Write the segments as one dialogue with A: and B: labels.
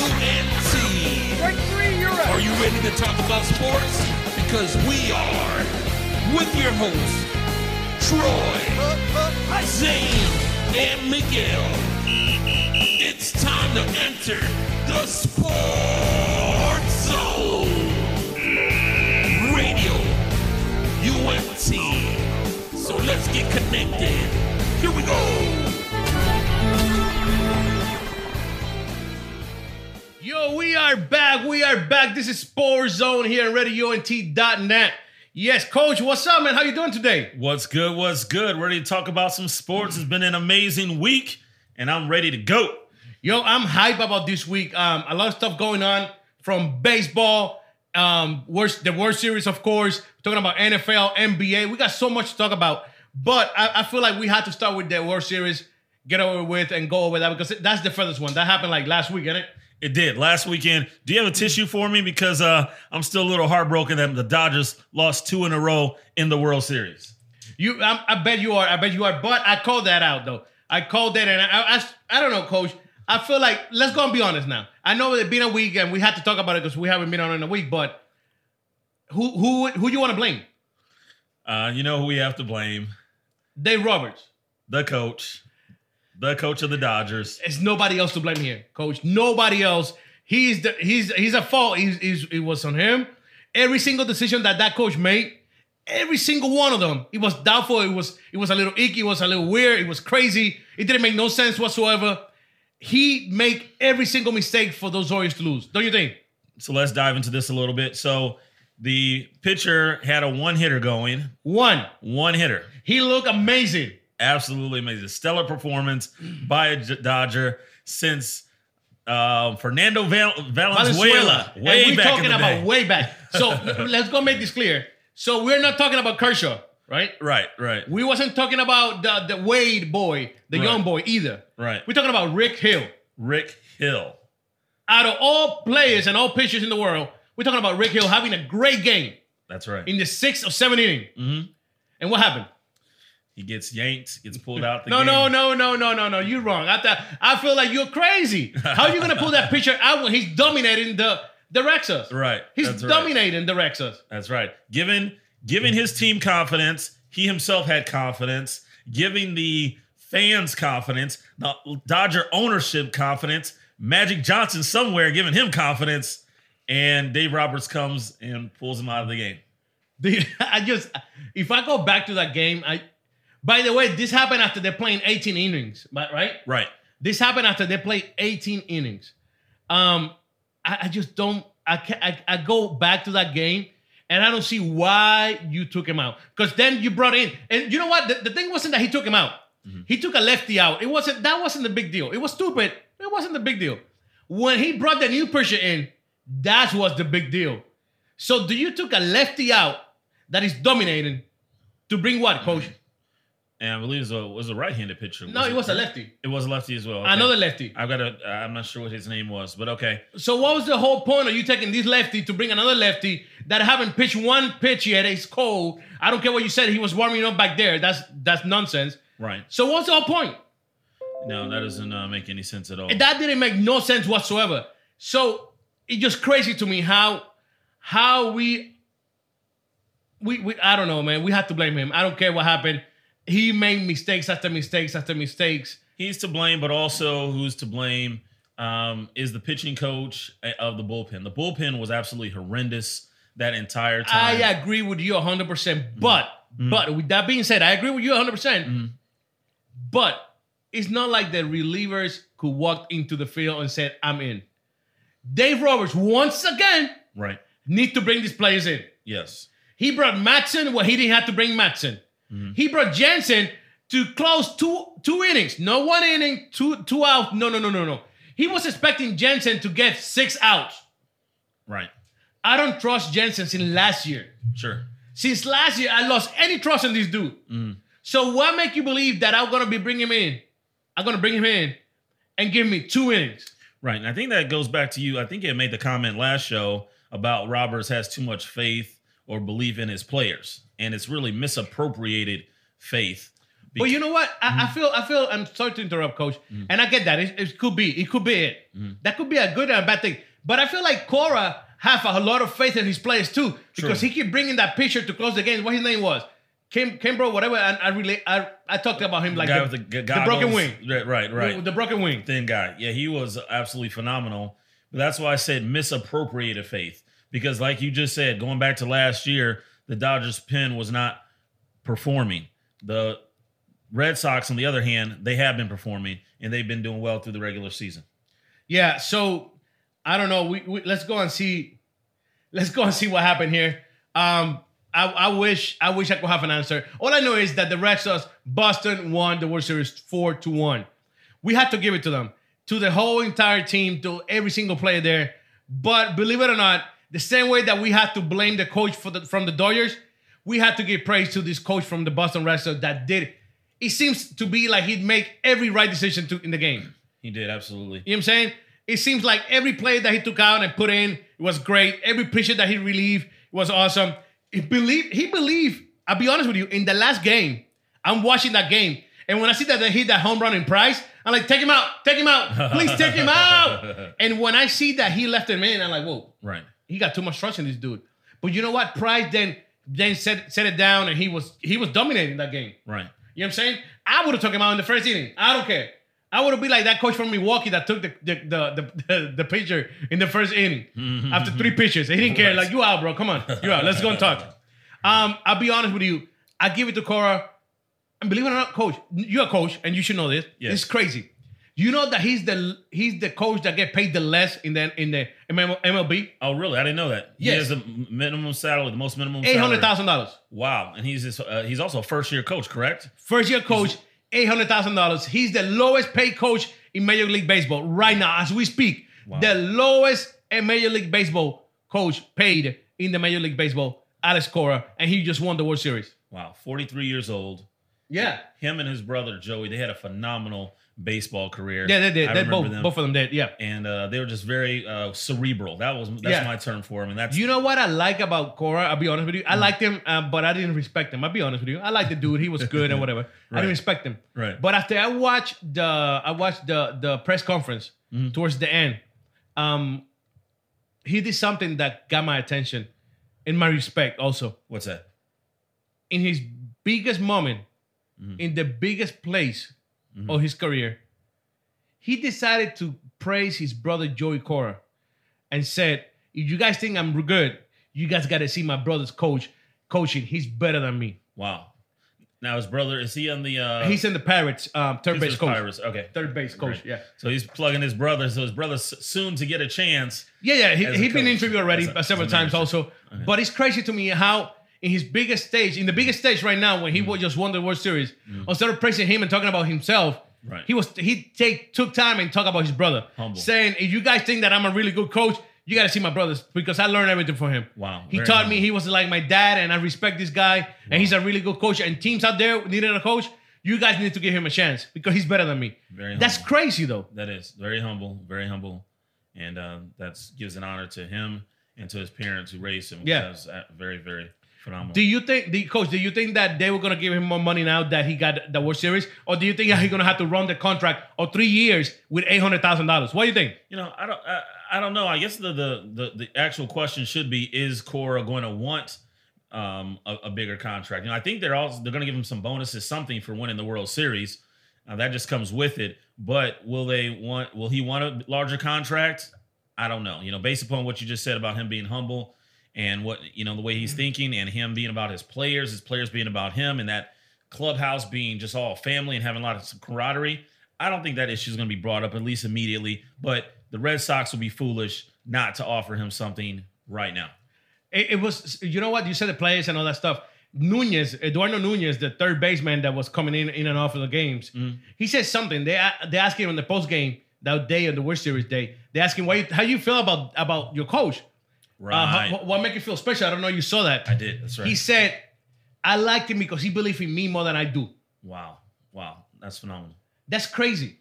A: W-U-N-T.
B: Break three, you're up.
A: Are you ready to talk about sports? Because we are with your hosts, Troy, Zane, and Miguel. It's time to enter the Sports Zone Radio UMT. So let's get connected. Here we go.
C: Yo, we are back. We are back. This is Spore Zone here at RadioNT.net. Yes, Coach, what's up, man? How you doing today?
D: What's good? What's good? Ready to talk about some sports. It's been an amazing week, and I'm ready to go.
C: Yo, I'm hype about this week. Um, a lot of stuff going on from baseball, um, worst, the World Series, of course. Talking about NFL, NBA. We got so much to talk about, but I, I feel like we had to start with the World Series, get over with, and go over that because that's the furthest one that happened like last week, innit?
D: It did last weekend. Do you have a tissue for me? Because uh, I'm still a little heartbroken that the Dodgers lost two in a row in the World Series.
C: You, I, I bet you are. I bet you are. But I called that out though. I called that, and I, I, I, don't know, Coach. I feel like let's go and be honest now. I know it's been a week, and we had to talk about it because we haven't been on in a week. But who, who, who you want to blame?
D: Uh, you know who we have to blame?
C: Dave Roberts.
D: The coach, the coach of the Dodgers.
C: It's nobody else to blame here, Coach. Nobody else. He's the, he's he's at fault. He's, he's it was on him. Every single decision that that coach made, every single one of them, it was doubtful. It was it was a little icky. It was a little weird. It was crazy. It didn't make no sense whatsoever. He made every single mistake for those Orioles to lose. Don't you think?
D: So let's dive into this a little bit. So the pitcher had a one hitter going,
C: One,
D: one hitter.
C: he looked amazing.
D: absolutely amazing. Stellar performance by a J- Dodger since uh, Fernando Val- Valenzuela.
C: And
D: Way
C: we're
D: back
C: talking
D: in the
C: about
D: day.
C: way back. So let's go make this clear. So we're not talking about Kershaw, right?
D: right, right,
C: We wasn't talking about the, the Wade boy, the
D: Right.
C: young boy either.
D: right.
C: We're talking about Rick Hill.
D: Rick Hill.
C: Out of all players and all pitchers in the world, we're talking about Rick Hill having a great game
D: That's right.
C: in the sixth or seventh inning.
D: Mhm.
C: And what happened?
D: He gets yanked, gets pulled out the
C: No,
D: game.
C: no, no, no, no, no, no. You're wrong. I thought I feel like you're crazy. How are you gonna pull that pitcher out when he's dominating the the Rexers?
D: Right.
C: He's
D: that's Right.
C: dominating the Rexers.
D: That's right. Given giving his team confidence, he himself had confidence. Giving the fans confidence, the Dodger ownership confidence, Magic Johnson somewhere giving him confidence, and Dave Roberts comes and pulls him out of the game.
C: Dude, I just if I go back to that game, I by the way, this happened after they're playing 18 innings, but right?
D: Right.
C: This happened after they played 18 innings. Um, I, I just don't I can I, I go back to that game and I don't see why you took him out. Because then you brought in and you know what? The, the thing wasn't that he took him out. He took a lefty out. It wasn't that wasn't the big deal. It was stupid. It wasn't the big deal. When he brought the new pitcher in, that was the big deal. So do you took a lefty out that is dominating to bring what, coach?
D: And I believe it was a, was a right-handed pitcher.
C: No, it was a lefty.
D: It was a lefty as well. Mm-hmm. okay.
C: Another lefty.
D: I've got a. I'm not sure what his name was, but okay.
C: So what was the whole point of you taking this lefty to bring another lefty that haven't pitched one pitch yet? It's cold. I don't care what you said. He was warming up back there. That's that's nonsense.
D: Right.
C: So what's the whole point?
D: No, that doesn't uh, make any sense at all.
C: That didn't make no sense whatsoever. So it's just crazy to me how how we we, we I don't know, man. We have to blame him. I don't care what happened. He made mistakes after mistakes after mistakes.
D: He's to blame, but also who's to blame um, is the pitching coach of the bullpen. The bullpen was absolutely horrendous that entire
C: I
D: time.
C: agree with you 100%. But, but with that being said, I agree with you 100%. But it's not like the relievers could walk into the field and said, I'm in. Dave Roberts, once again,
D: right.
C: need to bring these players in.
D: Yes.
C: He brought Matson where he didn't have to bring Matson. He brought Jensen to close two two innings. No one inning, two two out. No, no, no, no, no. He was expecting Jensen to get six outs.
D: Right.
C: I don't trust Jensen since last year.
D: Sure.
C: Since last year, I lost any trust in this dude.
D: Mm.
C: So what make you believe that I'm gonna be bringing him in? I'm gonna bring him in and give me two innings.
D: Right. And I think that goes back to you. I think you had made the comment last show about Roberts has too much faith or belief in his players. And it's really misappropriated faith
C: But you know what? I,
D: Mm.
C: I feel I feel I'm sorry to interrupt, coach. And I get that. It, it could be. It could be it.
D: Mm.
C: That could be a good and a bad thing. But I feel like Cora have a lot of faith in his players too. Because he keep bringing that picture to close the game. What his name was? Kim Kimbro, whatever. And I relate I, I talked about him
D: the
C: like
D: guy
C: the,
D: with the, g-
C: the broken
D: goggles.
C: wing.
D: Right, right, right.
C: The broken wing.
D: thin guy. Yeah, he was absolutely phenomenal. But that's why I said misappropriated faith. Because, like you just said, going back to last year, the Dodgers' pen was not performing. The Red Sox, on the other hand, they have been performing and they've been doing well through the regular season.
C: Yeah, so I don't know. We, we let's go and see. Let's go and see what happened here. Um, I, I wish I wish I could have an answer. All I know is that the Red Sox Boston won the World Series four to one. We had to give it to them, to the whole entire team, to every single player there. But believe it or not, the same way that we had to blame the coach for the, from the Dodgers, we had to give praise to this coach from the Boston Red Sox that did. It, it seems to be like he'd make every right decision to, in the game.
D: He did, absolutely.
C: You know what I'm saying? It seems like every play that he took out and put in was great. Every pitcher that he relieved was awesome. He believed, he believed, I'll be honest with you, in the last game, I'm watching that game. And when I see that they hit that home run in Price, I'm like, take him out, take him out, please take him out. And when I see that he left him in, I'm like, whoa,
D: Right.
C: he got too much trust in this dude. But you know what? Price then then set set it down and he was he was dominating that game.
D: Right.
C: You know what I'm saying? I would have took him out in the first inning. I don't care. I would have been like that coach from Milwaukee that took the the the the, the, the pitcher in the first inning after three pitches. He didn't care. Like you out, bro. Come on, you out. Let's go and talk. Um, I'll be honest with you. I give it to Cora. And believe it or not, coach, you're a coach, and you should know this.
D: Yes.
C: It's crazy. You know that he's the he's the coach that get paid the less in the in the MLB,
D: Oh, really? I didn't know that. He
C: Yes.
D: has the minimum salary, the most minimum salary.
C: eight hundred thousand dollars.
D: Wow. And he's just, uh, he's also a first year coach, correct?
C: First year coach, eight hundred thousand dollars. He's the lowest paid coach in Major League Baseball right now, as we speak. The lowest in Major League Baseball coach paid in the Major League Baseball, Alex Cora, and he just won the World Series.
D: Wow. 43 years old.
C: Yeah,
D: him and his brother Joey, they had a phenomenal baseball career.
C: yeah, they did.
D: I
C: They
D: remember
C: both
D: them.
C: both of them did. Yeah.
D: and uh, they were just very uh, cerebral. That was that's
C: Yeah.
D: my term for him, and that's
C: You know what I like about Cora? I'll be honest with you. I liked him, uh, but I didn't respect him. I'll be honest with you. I liked the dude. He was good and whatever. I
D: Right.
C: didn't respect him.
D: Right.
C: But after I watched the I watched the the press conference
D: Mm-hmm.
C: towards the end, um, he did something that got my attention and my respect also.
D: what's that?
C: In his biggest moment,
D: Mm-hmm.
C: in the biggest place of his career, he decided to praise his brother Joey Cora and said, If you guys think I'm good, you guys gotta see my brother's coach coaching. He's better than me.
D: Wow. Now his brother is he on the uh,
C: He's in the Pirates, um, third
D: he's
C: base
D: with
C: coach.
D: Pirates. Okay,
C: Third base coach,
D: Great.
C: yeah.
D: So he's plugging his brother. So his brother's soon to get a chance.
C: Yeah, yeah, he,
D: as a
C: he's been
D: coach,
C: interviewed already
D: as a-
C: uh, several
D: as a
C: times
D: manager.
C: also. But it's crazy to me how in his biggest stage, in the biggest stage right now,
D: Mm.
C: when he was just won the World Series, instead of praising him and talking about himself,
D: Right.
C: he was he take took time and talk about his brother,
D: Humble.
C: saying, "If you guys think that I'm a really good coach, you got to see my brothers because I learned everything from him.
D: Wow,
C: he
D: very
C: taught me
D: humble.
C: he was like my dad, and I respect this guy, and he's a really good coach. And teams out there needed a coach. You guys need to give him a chance because he's better than me.
D: Very
C: That's
D: humble.
C: crazy though.
D: That is very humble, very humble, and um, that's gives an honor to him and to his parents who raised him.
C: Yeah.
D: that's uh, very very phenomenal.
C: Do you think, the coach? Do you think that they were gonna give him more money now that he got the World Series, or do you think he's gonna have to run the contract of three years with eight hundred thousand dollars? What do you think?
D: You know, I don't, I, I don't know. I guess the, the the the actual question should be: Is Cora going to want um, a, a bigger contract? You know, I think they're also they're going to give him some bonuses, something for winning the World Series. Uh, that just comes with it. But will they want? Will he want a larger contract? I don't know. You know, based upon what you just said about him being humble and what you know the way he's thinking and him being about his players, his players being about him, and that clubhouse being just all family and having a lot of camaraderie. I don't think that issue is going to be brought up at least immediately. But the Red Sox would be foolish not to offer him something right
C: Uh,
D: now.
C: It, it was, you know what? You said the players and all that stuff. Nunez, Eduardo Nunez, the third baseman that was coming in in and off of the games,
D: Mm.
C: he said something. They a- they asked him on the post game that day on the World Series day. They asked him, "Why? How you feel about about your coach? Uh, how-
D: Right?
C: what, what make you feel special?" I don't know. You saw that.
D: I did. That's right.
C: He said, "I liked him because he believed in me more than I do."
D: wow, wow, that's phenomenal.
C: That's crazy.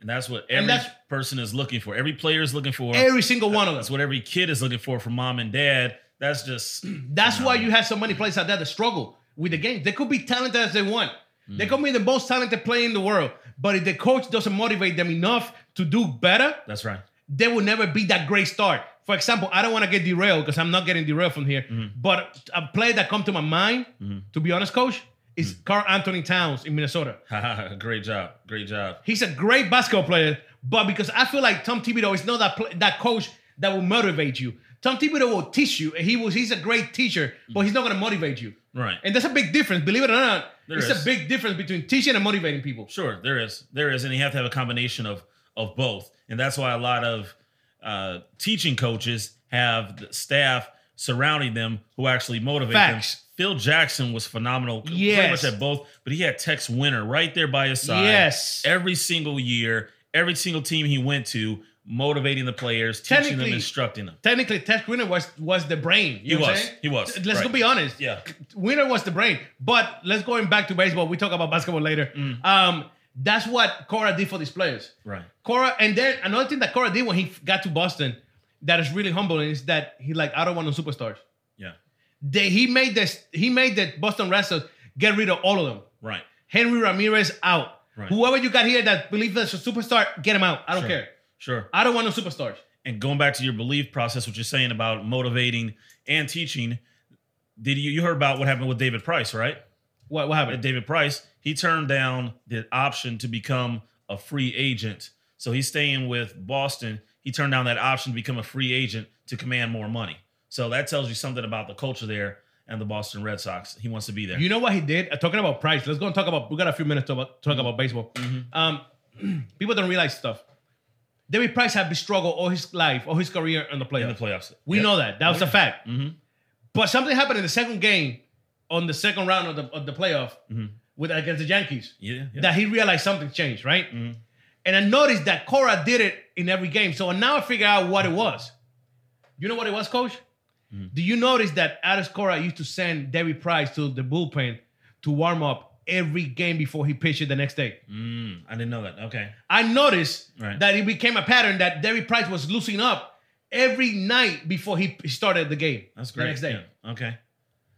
D: And that's what every
C: that's-
D: person is looking for. Every player is looking for.
C: Every single one of us.
D: that's what every kid is looking for from mom and dad. That's just
C: That's why you have so many players out there that struggle with the game. They could be talented as they want, They could be the most talented player in the world, but if the coach doesn't motivate them enough to do better,
D: That's right.
C: they will never be that great start. For example, I don't want to get derailed because I'm not getting derailed from here. But a player that come to my mind, to be honest, coach, is Carl Anthony Towns in Minnesota.
D: Great job. Great job.
C: He's a great basketball player, but because I feel like Tom Thibodeau is not that pl- that coach that will motivate you. Tom Thibodeau will teach you. and He was he's a great teacher, but he's not going to motivate you.
D: Right.
C: And that's a big difference. Believe it or not,
D: There
C: it's
D: is.
C: a big difference between teaching and motivating people.
D: Sure, there is, there is, and you have to have a combination of of both, and that's why a lot of uh, teaching coaches have the staff surrounding them who actually motivate
C: Facts.
D: them. Phil Jackson was phenomenal, pretty
C: Yes.
D: much at both, but he had Tex Winter right there by his side.
C: Yes.
D: every single year, every single team he went to, motivating the players, teaching them,
C: Technically-
D: instructing them.
C: Technically, Ted Winner was was the brain. You
D: He
C: know what I'm
D: was.
C: saying?
D: He was.
C: Let's
D: Right.
C: be honest.
D: Yeah,
C: Winner was the brain. But let's going back to baseball. We talk about basketball later. Um, that's what Cora did for these players.
D: Mm. right.
C: Cora, and then another thing that Cora did when he f- got to Boston that is really humbling is that he like I don't want no superstars.
D: Yeah,
C: They, he made this. He made the Boston Red Sox get rid of all of them.
D: right.
C: Henry Ramirez out.
D: Right.
C: Whoever you got here that believes that's a superstar, get him out. I don't
D: Sure.
C: care.
D: Sure.
C: I don't want no superstars.
D: and going back to your belief process, what you're saying about motivating and teaching, did you you heard about what happened with David Price, right?
C: What what
D: At
C: happened?
D: David Price, he turned down the option to become a free agent. So he's staying with Boston. He turned down that option to become a free agent to command more money. So that tells you something about the culture there and the Boston Red Sox. He wants to be there.
C: You know what he did? Uh, talking about price. Let's go and talk about. We got a few minutes to about,
D: Mm-hmm.
C: talk about baseball. Um, people don't realize stuff. David Price had been struggle all his life, all his career in the playoffs.
D: in the playoffs.
C: We
D: Yeah.
C: know that. That was a fact.
D: Mhm.
C: But something happened in the second game on the second round of the, of the playoff
D: Mm-hmm.
C: with against the Yankees
D: Yeah. yeah. Mm-hmm.
C: that he realized something changed, right? And I noticed that Cora did it in every game. So now I figure out what it
D: Mm-hmm.
C: was. You know what it was, Coach? Do you notice that Addis Cora used to send David Price to the bullpen to warm up every game before he pitched it the next day?
D: Mm, I didn't know that. Okay.
C: I noticed
D: Right.
C: that it became a pattern that David Price was loosening up every night before he he started the game.
D: That's great.
C: The next day.
D: Yeah. Okay.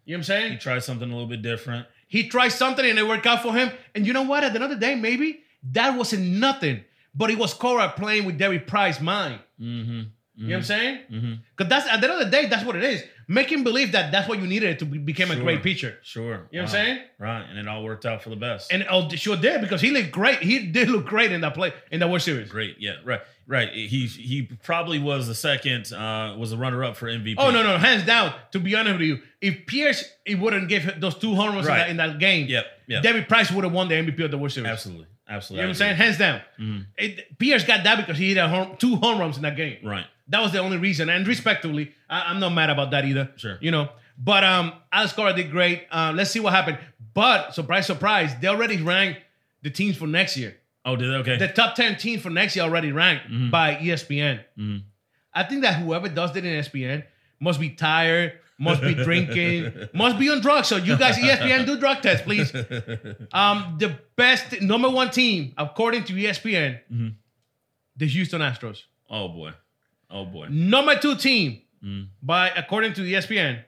C: You know what I'm
D: He
C: saying?
D: tried something a little bit different.
C: He tried something and it worked out for him. And you know what? At the end of the day, maybe that wasn't nothing, but it was Cora playing with David Price mind.
D: Mm-hmm.
C: You know what I'm saying?
D: Mm-hmm.
C: Because that's at the end of the day, that's what it is. Make him believe that that's what you needed to be, become a
D: Sure.
C: great pitcher.
D: Sure.
C: You know what
D: Wow.
C: I'm saying?
D: Right, and it all worked out for the best.
C: And oh, sure did because he looked great. He did look great in that play in that World Series.
D: Great, yeah, right, right. He he probably was the second, uh, was the runner up for MVP.
C: Oh no, no, hands down. To be honest with you, if Pierce it wouldn't give those two home runs
D: Right.
C: in, that, in that game,
D: Yep, yep.
C: David Price would have won the MVP of the World Series.
D: absolutely,
C: You
D: absolutely.
C: know what I'm
D: I
C: saying?
D: agree.
C: Hands down.
D: mm-hmm.
C: It, Pierce got that because he hit a home, two home runs in that game.
D: Right,
C: That was the only reason. And respectfully, I, I'm not mad about that either.
D: Sure.
C: You know, but um, Alex Cora did great. Uh, let's see what happened. But surprise, surprise, they already ranked the teams for next year.
D: oh, did they? okay,
C: The top 10 teams for next year already ranked
D: Mm-hmm.
C: by E ESPN.
D: Mhm.
C: I think that whoever does that in E ESPN must be tired, must be drinking, must be on drugs. So you guys, E ESPN, do drug tests, please. Um, the best number one team, according to E ESPN,
D: Mhm.
C: the Houston Astros.
D: oh boy, oh boy,
C: Number two team
D: Mm.
C: by according to E ESPN,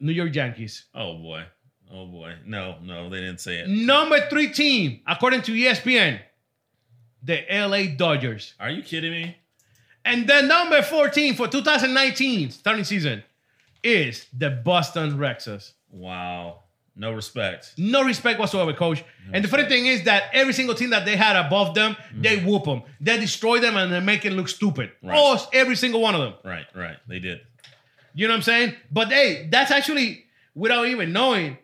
C: New York Yankees.
D: oh boy, oh boy. No, no, they didn't say it.
C: Number three team according to E ESPN, the LA Dodgers.
D: Are you kidding me?
C: And then number 14 for 2019 starting season is the Boston Red Sox.
D: Wow, no respect.
C: No respect whatsoever, coach. and the funny thing is that every single team that they had above them, they whoop them. They destroy them and they make it look stupid.
D: Right.
C: Oh, every single one of them.
D: Right, right. They did.
C: You know what I'm saying? But hey, that's actually without even knowing,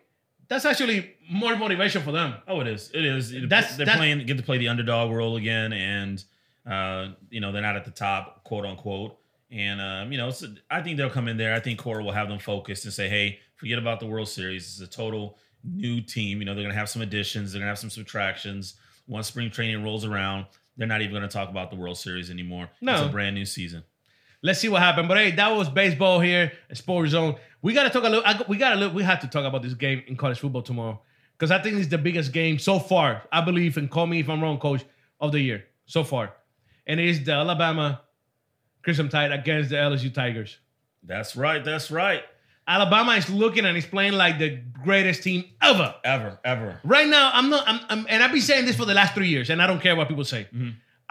C: that's actually more motivation for them.
D: Oh, it is. It is. It-
C: That's-
D: they're
C: that's-
D: playing get to play the underdog role again, and uh, you know they're not at the top, quote unquote. And um, you know, it's, I think they'll come in there. I think Cora will have them focused and say, "Hey, forget about the World Series. It's a total new team. You know, they're gonna have some additions. They're gonna have some subtractions. Once spring training rolls around, they're not even gonna talk about the World Series anymore. it's
C: No.
D: a brand new season.
C: Let's see what happened. But hey, that was baseball here at Sports Zone. We gotta talk a little. I, go- we gotta look. We have to talk about this game in college football tomorrow because I think it's the biggest game so far. I believe, and call me if I'm wrong, coach, of the year so far, and it is the Alabama Crimson Tide against the LSU Tigers.
D: That's right. That's right.
C: Alabama is looking and is playing like the greatest team ever.
D: Ever, ever.
C: Right now, I'm not, I'm, I'm- and I've been saying this for the last three years, and I don't care what people say.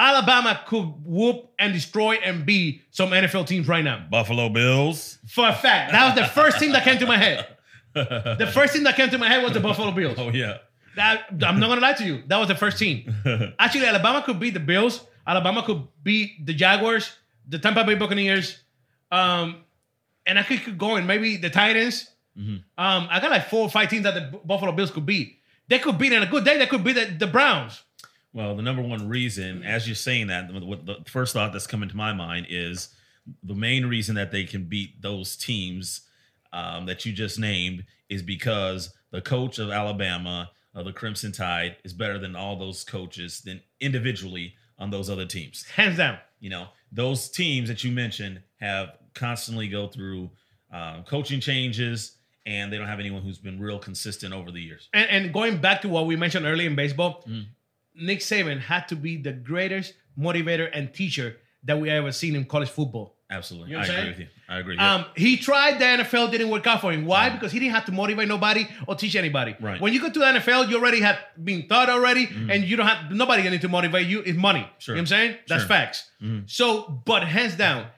C: Alabama could whoop and destroy and be some NFL teams right now.
D: Buffalo Bills.
C: For a fact, that was the first thing that came to my head. The first thing that came to my head was the Buffalo Bills.
D: Oh yeah.
C: That, I'm not gonna lie to you. That was the first team. Actually, Alabama could beat the Bills. Alabama could beat the Jaguars, the Tampa Bay Buccaneers, um, and I could keep going. Maybe the Titans. Um, I got like four or five teams that the Bu- Buffalo Bills could beat. They could beat on a good day. They could beat the, the Browns.
D: Well, the number one reason, as you're saying that, what the first thought that's coming to my mind is the main reason that they can beat those teams um, that you just named is because the coach of Alabama, of the Crimson Tide, is better than all those coaches than individually on those other teams.
C: Hands down.
D: You know, those teams that you mentioned have constantly go through um, coaching changes, and they don't have anyone who's been real consistent over the years.
C: And, and going back to what we mentioned earlier in baseball, Nick Saban had to be the greatest motivator and teacher that we ever seen in college football.
D: Absolutely,
C: You know
D: I
C: what I'm
D: agree
C: saying?
D: with you. I agree.
C: Um, he tried the NFL, didn't work out for him. Why? Because he didn't have to motivate nobody or teach anybody.
D: Right. Mm-hmm.
C: When you go to the NFL, you already have been taught already, and you don't have nobody gonna need to motivate you. It's money.
D: Sure.
C: You know what I'm saying? That's
D: Sure.
C: facts.
D: Mhm.
C: So, but hands down,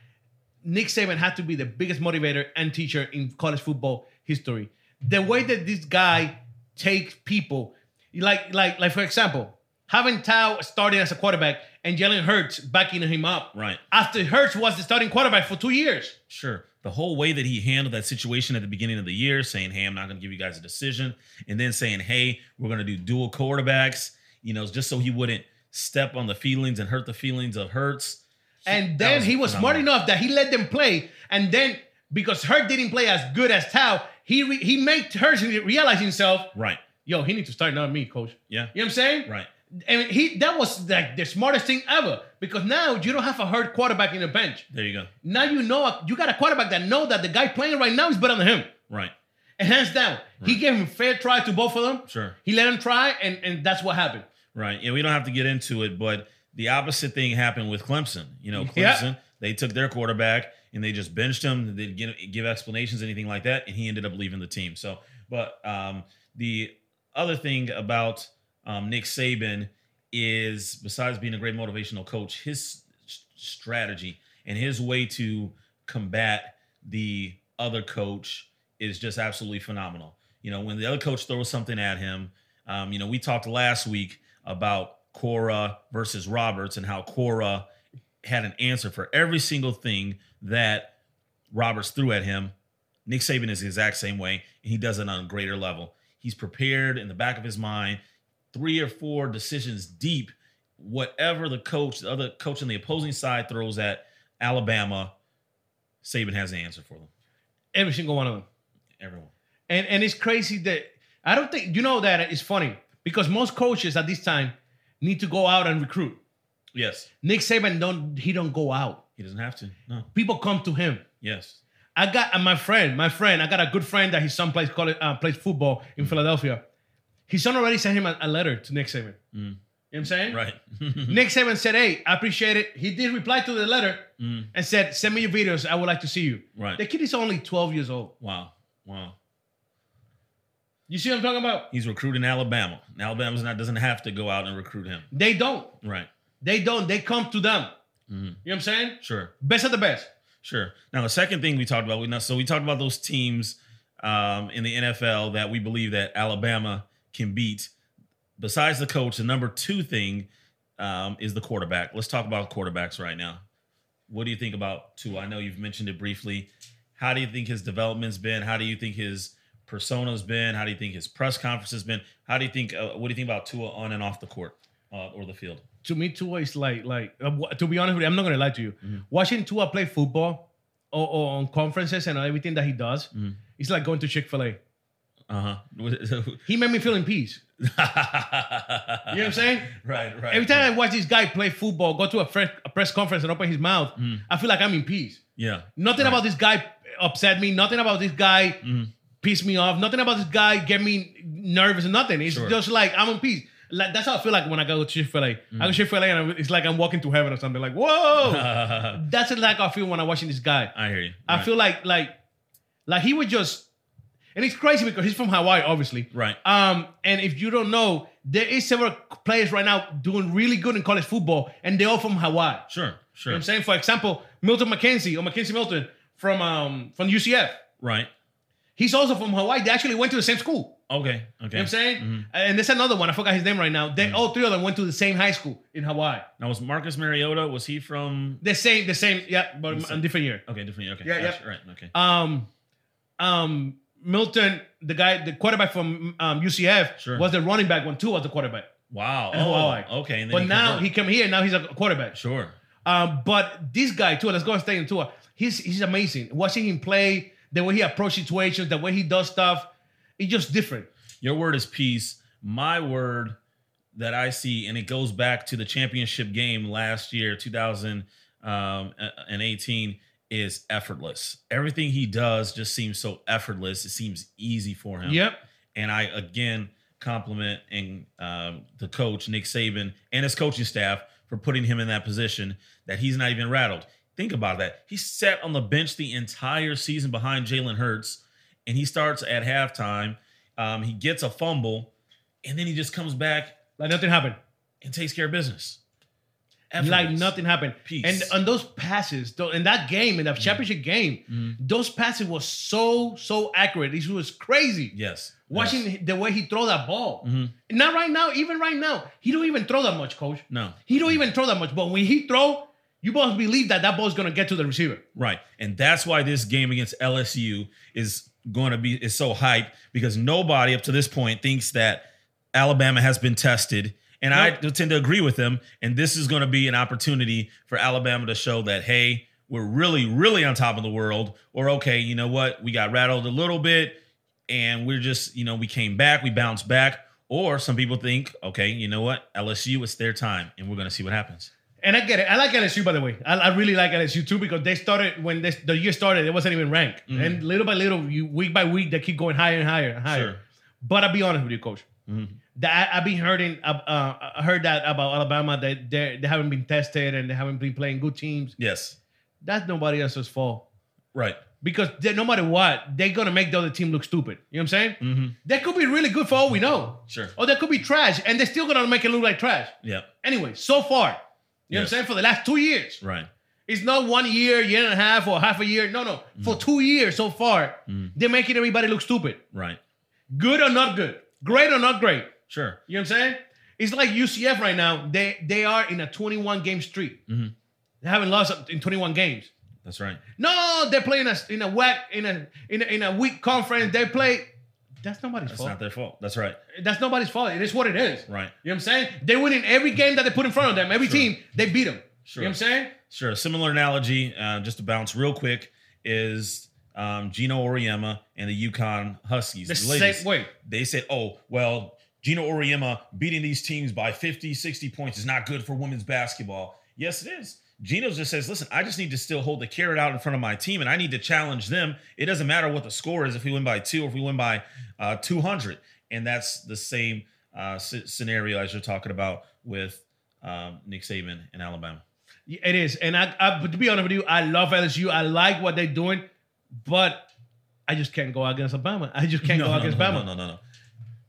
C: Nick Saban had to be the biggest motivator and teacher in college football history. The way that this guy takes people, like like like for example, having Tao starting as a quarterback and Jalen Hurts backing him up.
D: Right.
C: After Hurts was the starting quarterback for two years.
D: Sure. The whole way that he handled that situation at the beginning of the year, saying, Hey, I'm not going to give you guys a decision. And then saying, Hey, we're going to do dual quarterbacks, you know, just so he wouldn't step on the feelings and hurt the feelings of Hurts.
C: And
D: That
C: then
D: was
C: he was smart
D: phenomenal.
C: enough that he let them play. And then because Hurt didn't play as good as Tao, he re- he made Hurt realize himself,
D: Right.
C: yo, he needs to start, not me, coach.
D: Yeah.
C: You know what I'm saying?
D: Right.
C: And he that was like the smartest thing ever because now you don't have a Hurt quarterback in the bench.
D: There you go.
C: Now you know you got a quarterback that know that the guy playing right now is better than him.
D: Right.
C: And hands down, he gave him fair try to both of them.
D: Sure.
C: He let him try, and and that's what happened.
D: Right. And we don't have to get into it, but the opposite thing happened with Clemson. You know,
C: Yeah.
D: Clemson, they took their quarterback and they just benched him. They didn't give, give explanations, anything like that. And he ended up leaving the team. So, but um, the other thing about um, Nick Saban is besides being a great motivational coach, his s- strategy and his way to combat the other coach is just absolutely phenomenal. You know, when the other coach throws something at him, um, you know, we talked last week about Cora versus Roberts and how Cora had an answer for every single thing that Roberts threw at him. Nick Saban is the exact same way, and he does it on a greater level. He's prepared in the back of his mind, three or four decisions deep. Whatever the coach, the other coach on the opposing side throws at Alabama, Saban has an answer for them.
C: Every single one of them.
D: Everyone.
C: And and it's crazy that I don't think you know that it's funny because most coaches at this time need to go out and recruit.
D: Yes.
C: Nick Saban don't he don't go out.
D: He doesn't have to. No.
C: People come to him.
D: Yes.
C: I got and my friend, my friend, I got a good friend that his son plays college, uh, plays football in Philadelphia. His son already sent him a, a letter to Nick Saban. You know what I'm saying?
D: Right. Mm-hmm.
C: Nick Saban said, "Hey, I appreciate it." He did reply to the letter
D: Mm.
C: and said, "Send me your videos. I would like to see you."
D: Right.
C: The kid is only 12 years old.
D: wow. Wow.
C: You see what I'm talking about?
D: He's recruiting Alabama. And Alabama's not doesn't have to go out and recruit him.
C: They don't.
D: Right. Mm-hmm.
C: They don't. They come to them. You know what I'm saying?
D: Sure.
C: Best of the best.
D: Sure. Now the second thing we talked about, we know so we talked about those teams um, in the NFL that we believe that Alabama can beat. Besides the coach, the number two thing um, is the quarterback. Let's talk about quarterbacks right now. What do you think about Tua? I know you've mentioned it briefly. How do you think his development's been? How do you think his persona's been? How do you think his press conference has been? How do you think? Uh, what do you think about Tua on and off the court uh, or the field?
C: To me, Tua is like like uh, wh- to be honest with you, I'm not gonna lie to you.
D: Mm-hmm.
C: Watching Tua play football or, or on conferences and everything that he does,
D: Mm-hmm.
C: it's like going to Chick Fil A.
D: Uh huh.
C: He made me feel in peace.
D: you know what
C: You know what I'm saying?
D: Right, right.
C: Every time I watch this guy play football, go to a, fresh, a press conference and open his mouth,
D: Mm-hmm.
C: I feel like I'm in peace.
D: yeah,
C: Nothing about this guy upset me. Nothing about this guy pissed me off. Nothing about this guy get me nervous. Nothing. It's
D: Sure.
C: just like I'm in peace. Like, that's how I feel like when I go to Chick Fil A. I go to Chick Fil A and I'm- it's like I'm walking to heaven or something. Like whoa, that's like how I feel when I'm watching this guy.
D: I hear you.
C: I feel like like Like he was just, and it's crazy because he's from Hawaii, obviously.
D: Right.
C: Um, and if you don't know, there is several players right now doing really good in college football, and they're all from Hawaii.
D: Sure.
C: You know what
D: Sure.
C: I'm saying, for example, Milton McKenzie or McKenzie Milton from um from UCF.
D: Right.
C: He's also from Hawaii. They actually went to the same school.
D: Okay. Okay.
C: You know what I'm saying? Uh,
D: Mhm.
C: And there's another one. I forgot his name right now.
D: Mm-hmm.
C: They all three of them went to the same high school in Hawaii.
D: Now was Marcus Mariota? Was he from?
C: The same, the same, yeah, but
D: The same.
C: a different year.
D: Okay, different. Okay.
C: Yeah, yeah.
D: gotcha, Right. Okay.
C: Um, um, Milton, the guy, the quarterback from um, UCF,
D: Sure.
C: was the running back one too. Was the quarterback,
D: Wow.
C: in Hawaii.
D: Oh, okay. And then
C: but now
D: converted.
C: he came here. Now he's a quarterback.
D: Sure.
C: Um, but this guy too. Let's go and stay in tour. He's he's amazing. Watching him play, the way he approaches situations, the way he does stuff, it's just different.
D: Your word is peace. My word that I see, and it goes back to the championship game last year, um, 2018, is effortless. Everything he does just seems so effortless. It seems easy for him.
C: Yep.
D: And I again compliment and um, the coach Nick Saban and his coaching staff for putting him in that position that he's not even rattled. Think about that. He sat on the bench the entire season behind Jalen Hurts, and he starts at halftime. Um, he gets a fumble, and then he just comes back
C: Like nothing happened.
D: and takes care of business.
C: Like
D: Effortless.
C: nothing happened.
D: Peace.
C: And on those passes, though, in that game, in that championship game,
D: Mhm.
C: those passes were so so accurate. It was crazy.
D: Yes.
C: Watching
D: Yes.
C: the way he throw that ball.
D: Mhm.
C: Not right now. Even right now, he don't even throw that much, coach.
D: No.
C: He don't even throw that much. But when he throw, you must believe that that ball's gonna get to the receiver.
D: Right. And that's why this game against LSU is going to be is so hype because nobody up to this point thinks that Alabama has been tested. And I tend to agree with them. And this is going to be an opportunity for Alabama to show that, hey, we're really, really on top of the world. Or, okay, you know what? We got rattled a little bit and we're just, you know, we came back, we bounced back. Or some people think, okay, you know what? LSU, it's their time and we're going to see what happens.
C: And I get it. I like LSU, by the way. I, I really like LSU too because they started when this, the year started, it wasn't even ranked.
D: Mhm.
C: And little by little, you week by week, they keep going higher and higher and higher.
D: Sure.
C: But I'll be honest with you, coach.
D: Mhm.
C: That I, I've been hearing, uh, uh, I heard that about Alabama that they they haven't been tested and they haven't been playing good teams.
D: Yes.
C: That's nobody else's fault
D: Right.
C: because they, no matter what, they're gonna make the other team look stupid. You know what I'm saying?
D: Mm-hmm.
C: They could be really good for all we know,
D: Sure.
C: or they could be trash, and they're still gonna make it look like trash.
D: Yeah.
C: Anyway, so far, you know what I'm
D: Yes.
C: saying? For the last two years,
D: Right.
C: It's not one year, year and a half, or half a year. No, no. For two years so far,
D: Mm.
C: they're making everybody look stupid.
D: Right.
C: Good or not good. Great or not great.
D: Sure.
C: You know what I'm saying? It's like UCF right now. They they are in a 21 game streak.
D: Mhm.
C: They haven't lost in 21 games.
D: That's right.
C: No, they're playing a, in a whack in a in a, in a weak conference. They play. That's nobody's
D: That's
C: fault.
D: not their fault. That's right.
C: That's nobody's fault. It is what it is.
D: Right.
C: You know what I'm saying? They win in every game that they put in front of them. Every
D: Sure.
C: team they beat them.
D: Sure.
C: You know what I'm saying?
D: Sure. A similar analogy, uh, just to bounce real quick, is um, Gino Oriema and the Yukon Huskies.
C: The
D: The ladies.
C: same way.
D: They said, oh, well, Gino Oriema beating these teams by 50, 60 points is not good for women's basketball. Yes, it is. Gino just says, listen, I just need to still hold the carrot out in front of my team and I need to challenge them. It doesn't matter what the score is if we win by two or if we win by uh, 200. And that's the same uh, sce- scenario as you're talking about with um, Nick Saban in Alabama.
C: It is, and I, I but to be honest with you, I love LSU. I like what they're doing, but I just can't go against Alabama. I just can't
D: no,
C: go
D: no,
C: against
D: no,
C: Alabama.
D: No, no, no. no.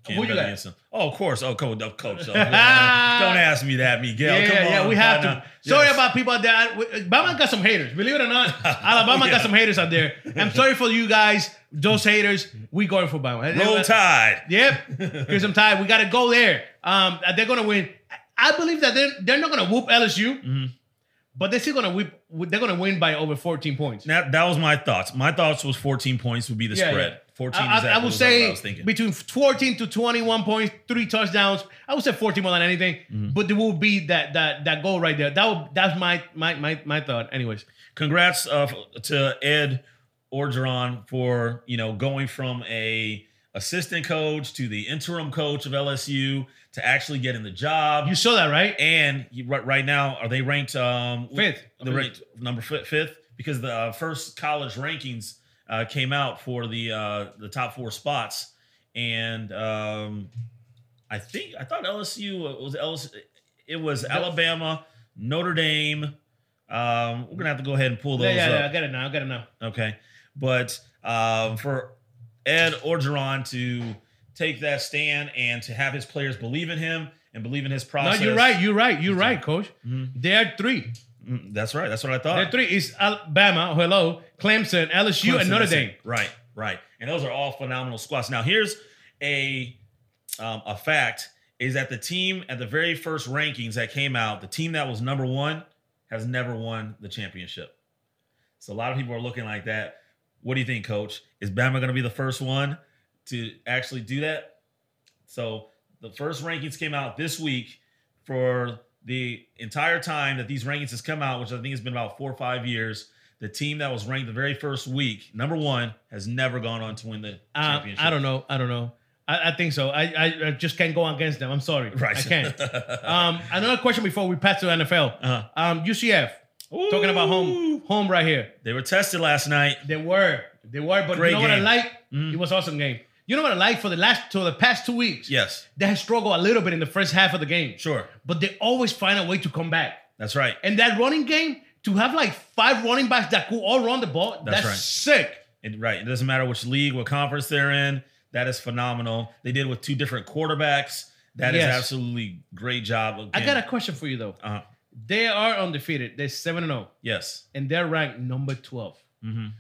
C: Who you
D: bet
C: got?
D: against them. Oh, of course. Oh, coach. Of coach. Oh, don't ask me that, Miguel.
C: Yeah,
D: Come
C: yeah,
D: on.
C: yeah, we have
D: Why
C: to.
D: not?
C: Sorry
D: Yes.
C: about people out there. I- we- Alabama got some haters. Believe it or not, Alabama
D: Yeah.
C: got some haters out there. I'm sorry for you guys, those haters. We going for Alabama.
D: Roll Tide.
C: Yep. Because I'm tired. We got to go there. Um, they're gonna win. I believe that they're they're not gonna whoop LSU,
D: Mhm.
C: but they're still gonna whip. They're gonna win by over 14 points.
D: Now, that was my thoughts. My thoughts was 14 points would be the
C: Yeah,
D: spread.
C: yeah.
D: 14
C: I, I-
D: exactly
C: I would
D: was what
C: say
D: I was thinking.
C: between 14 to 21 points, three touchdowns. I would say 14 more than anything,
D: Mm-hmm.
C: but there will be that that that goal right there. That would, that's my my my my thought. Anyways,
D: Congrats uh, f- to Ed Orgeron for you know going from a assistant coach to the interim coach of LSU to actually getting the job.
C: you saw that right?
D: and you, right, right now, are they ranked um,
C: Fifth.
D: The ranked number fi- fifth because the uh, first college rankings uh, came out for the uh, the top four spots, and um, I think I thought LSU uh, was LSU, It was Alabama, Notre Dame. Um, we're gonna have to go ahead and pull
C: Yeah,
D: those
C: yeah, yeah, I
D: up,
C: got it now. I got it now.
D: okay? But um, for Ed Orgeron to take that stand and to have his players believe in him and believe in his
C: No,
D: process.
C: you're right. You're right. You're right, coach.
D: Mhm.
C: They are three.
D: Mm, That's right. That's what I thought.
C: They're three. It's Alabama, hello, Clemson, LSU, and
D: Clemson,
C: Notre
D: that's it.
C: Dame.
D: Right, right. And those are all phenomenal squads. Now, here's a um, a fact is that the team at the very first rankings that came out, the team that was number one has never won the championship. So a lot of people are looking like that. What do you think, Coach? Is Bama going to be the first one to actually do that? So the first rankings came out this week for the entire time that these rankings has come out, which I think has been about four or five years. The team that was ranked the very first week, number one, has never gone on to win the
C: Uh,
D: championship.
C: I don't know. I don't know. I, I think so. I, I I just can't go against them. I'm sorry.
D: Right.
C: I can't. um, another question before we pass to the NFL.
D: Uh-huh.
C: Um, UCF talking about home home right here.
D: They were tested last night.
C: They were they were, but
D: Great
C: you know what I
D: game.
C: like?
D: Mm.
C: It was awesome game. You know what I like for the last to the past two weeks?
D: Yes,
C: they had struggled a little bit in the first half of the game,
D: sure.
C: but they always find a way to come back.
D: That's right.
C: And that running game to have like five running backs that could all run the ball.
D: That's
C: That's,
D: right.
C: sick.
D: It, right. It doesn't matter which league, what conference they're in. That is phenomenal. They did with two different quarterbacks. That is
C: Yes.
D: absolutely great job.
C: I got a question for you though.
D: a. Uh,
C: They are undefeated. They're seven and zero,
D: yes.
C: and they're ranked number twelve.
D: Mm-hmm.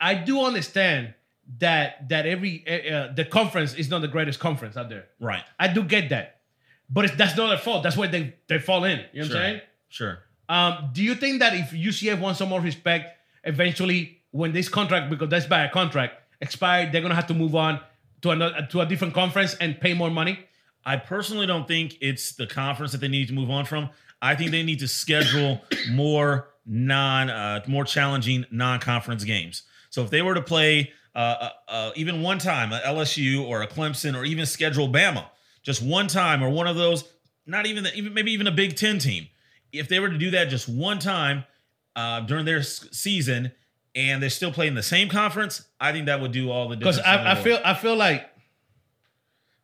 C: I do understand that that every uh, uh, the conference is not the greatest conference out there.
D: Right.
C: I do get that, but it's, that's not their fault. That's why they they fall in. You know what
D: Sure.
C: I'm saying?
D: Sure.
C: Um, do you think that if UCF wants some more respect, eventually when this contract, because that's by a contract, expired, they're gonna have to move on to another to a different conference and pay more money?
D: I personally don't think it's the conference that they need to move on from. I think they need to schedule more non, uh, more challenging non-conference games. So if they were to play uh, uh, uh, even one time a LSU or a Clemson or even schedule Bama just one time or one of those, not even the, even maybe even a Big Ten team, if they were to do that just one time uh, during their s- season and they're still playing the same conference, I think that would do all the difference.
C: Because
D: in the
C: I, I
D: world.
C: feel I feel like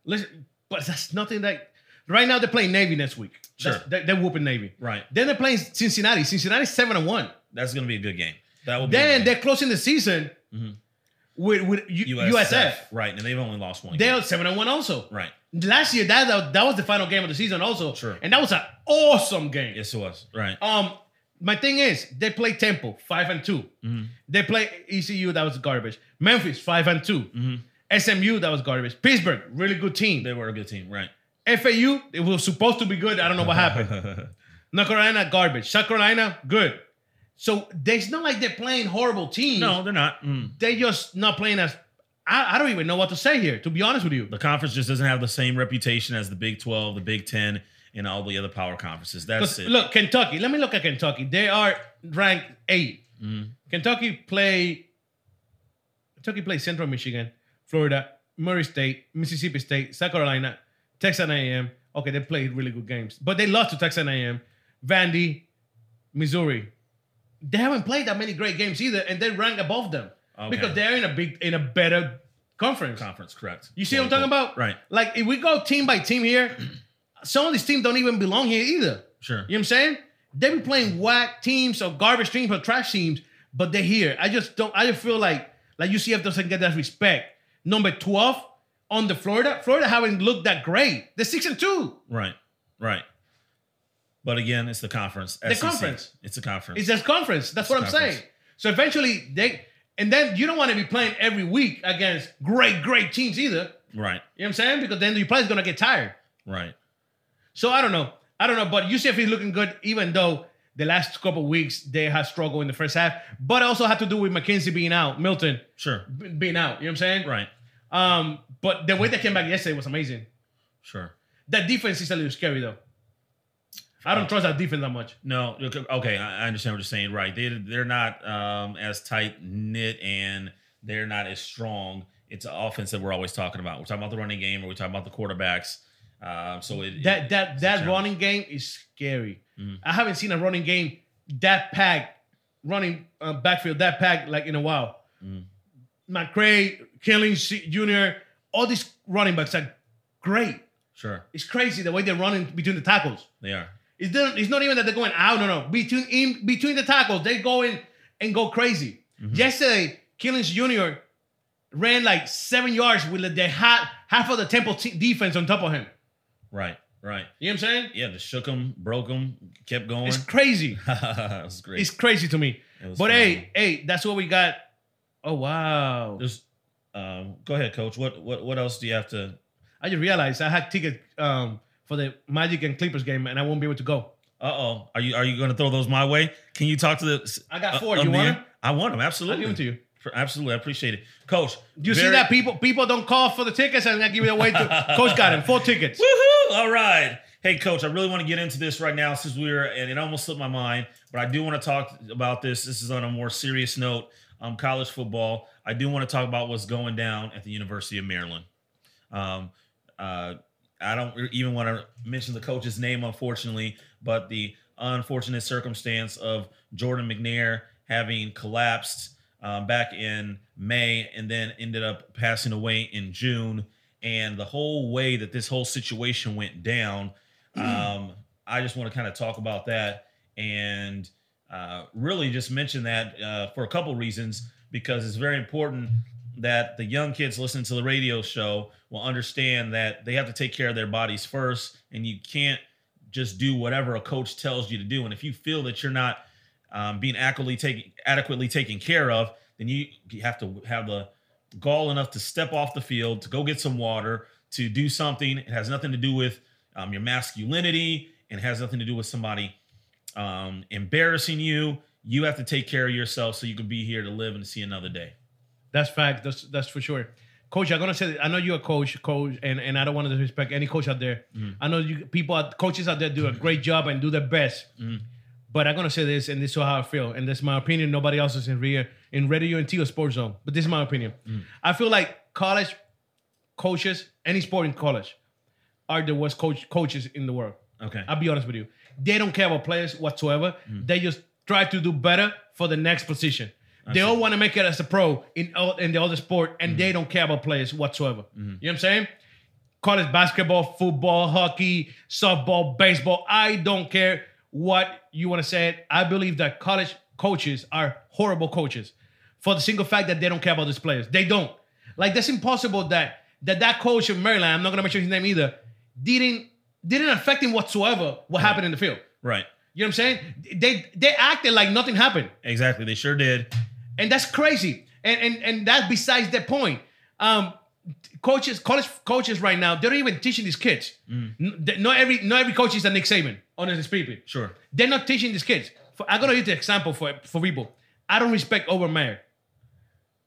C: listen, but that's nothing that right now they're playing Navy next week. That's-
D: Sure.
C: They, are whooping Navy.
D: right.
C: Then they're playing Cincinnati. Cincinnati's seven and one.
D: That's going to be a good game. That will be a good
C: Then
D: game.
C: they're closing the season
D: Mhm.
C: with with U- USF.
D: Right, and they've only lost one. game.
C: They're seven and one also.
D: Right.
C: Last year that, that that was the final game of the season also.
D: Sure.
C: And that was an awesome game.
D: Yes, it was. Right.
C: Um, my thing is they play Temple five and 2
D: Mm-hmm.
C: They play ECU that was garbage. Memphis five and 2 SMU that was garbage. Pittsburgh really good team.
D: Mm-hmm. They were a good team. Right.
C: FAU it was supposed to be good. I don't know what happened. North Carolina garbage. South Carolina good. So they- it's not like they're playing horrible teams.
D: no, they're not. Mm.
C: they just not playing as. I, I don't even know what to say here. To be honest with you,
D: The conference just doesn't have the same reputation as the Big 12, the Big 10, and all the other power conferences. That's
C: 'Cause
D: it.
C: look Kentucky. Let me look at Kentucky. They are ranked eight.
D: Mm.
C: Kentucky play Kentucky play Central Michigan, Florida, Murray State, Mississippi State, South Carolina, Texas A&M. Okay, they played really good games, but they lost to Texas A&M, Vandy, Missouri. They haven't played that many great games either, and they rank above them
D: Okay.
C: because they're in a big in a better conference.
D: conference, correct.
C: You see what I'm talking about?
D: Right.
C: Like if we go team by team here, some of these teams don't even belong here either.
D: Sure.
C: You know what I'm saying? They be playing whack teams or garbage teams or trash teams, but they're here. I just don't. I just feel like like UCF doesn't get that respect. Number twelve on the Florida. Florida haven't looked that great. They're six and two.
D: Right. Right. But again, it's the conference.
C: The
D: SEC.
C: conference.
D: It's a conference.
C: It's just conference. That's what I'm
D: Conference.
C: saying. So eventually they, and then you don't want to be playing every week against great great teams either.
D: right.
C: You know what I'm saying? Because then your player's gonna get tired.
D: Right.
C: So I don't know. I don't know, but UCF is looking good, even though the last couple of weeks they have struggled in the first half. But it also had to do with McKenzie being out, Milton
D: Sure.
C: b- being out. You know what I'm saying?
D: Right.
C: Um, but the way they came back yesterday was amazing.
D: Sure.
C: That defense is a little scary though. I don't trust that defense that much.
D: No, okay, okay, I I understand what you're saying. Right, they they're not um, as tight knit and they're not as strong. It's an offense that we're always talking about. We're talking about the running game, or we're talking about the quarterbacks. Uh, so it,
C: That that
D: it's a
C: that
D: challenge.
C: running game is scary.
D: Mhm.
C: I haven't seen a running game that packed, running uh, backfield that packed like in a while.
D: Mhm.
C: McCray, Killings Jr., all these running backs are great.
D: sure
C: It's crazy the way they're running between the tackles.
D: they are
C: It's not, it's not even that they're going out. No, no. Between
D: Mm-hmm.
C: in between the tackles, they go in and go crazy. Yesterday, Killings Jr. ran like seven yards with the half, half of the Temple te- defense on top of him.
D: Right, right.
C: You know what I'm saying?
D: Yeah, just shook him, broke him, kept going.
C: It's crazy.
D: it was great.
C: It's crazy to me.
D: It was
C: But
D: phenomenal.
C: hey, hey, that's what we got. Oh wow!
D: There's, um, go ahead, coach. What what what else do you have to?
C: I just realized I had tickets um, for the Magic and Clippers game, and I won't be able to go.
D: Uh oh, are you are you going to throw those my way? Can you talk to the?
C: I got
D: uh,
C: four.
D: on
C: you
D: the
C: want
D: air?
C: them?
D: I want them.
C: I'll give
D: Absolutely.
C: them to you.
D: Absolutely, I appreciate it, coach.
C: Do you see
D: very-
C: that people people don't call for the tickets and I give it away to Coach got him four tickets.
D: Woohoo! All right. Hey, coach, I really want to get into this right now since we were, and it almost slipped my mind, but I do want to talk about this. This is on a more serious note. Um, college football. I do want to talk about what's going down at the University of Maryland. Um, uh, I don't even want to mention the coach's name, unfortunately, but the unfortunate circumstance of Jordan McNair having collapsed um, back in May and then ended up passing away in June. And the whole way that this whole situation went down, um, I just want to kind of talk about that and uh, really just mention that uh, for a couple reasons because it's very important that the young kids listening to the radio show will understand that they have to take care of their bodies first and you can't just do whatever a coach tells you to do and if you feel that you're not um, being adequately taken adequately taken care of then you you have to have the gall enough to step off the field to go get some water to do something it has nothing to do with um, your masculinity and has nothing to do with somebody um, embarrassing you you have to take care of yourself so you can be here to live and see another day
C: That's fact. That's that's for sure. Coach, I'm gonna say I know you're a coach, coach, and, and I don't want to disrespect any coach out there.
D: Mhm.
C: I know you people out- coaches out there do a great job and do their best.
D: Mhm.
C: But I'm gonna say this, and this is how I feel, and this is my opinion. Nobody else is in rear in radio and T or sports zone. But this is my opinion. I feel like college coaches, any sport in college, are the worst coach coaches in the world.
D: okay Mm-hmm.
C: I'll be honest with you. They don't care about players whatsoever. They just try to do better for the next position. they
D: see. Mm-hmm.
C: all want to make it as a pro in all, in the other sport, and they don't care about players whatsoever. You know what I'm saying? College basketball, football, hockey, softball, baseball. I don't care what you want to say. I believe that college coaches are horrible coaches for the single fact that they don't care about these players. They don't. Like that's impossible that that that coach in Maryland, I'm not gonna mention his name either, didn't didn't affect him whatsoever what happened in the field.
D: right
C: You know what I'm saying? They they acted like nothing happened.
D: exactly they sure did
C: And that's crazy. And and and that's besides the point. Um coaches, college coaches right now, they're not even teaching these kids. N- th- Not every not every coach is a Nick Saban, honestly speaking.
D: sure
C: They're not teaching these kids. For, I'm gonna use the example for for people. I don't respect Over Meyer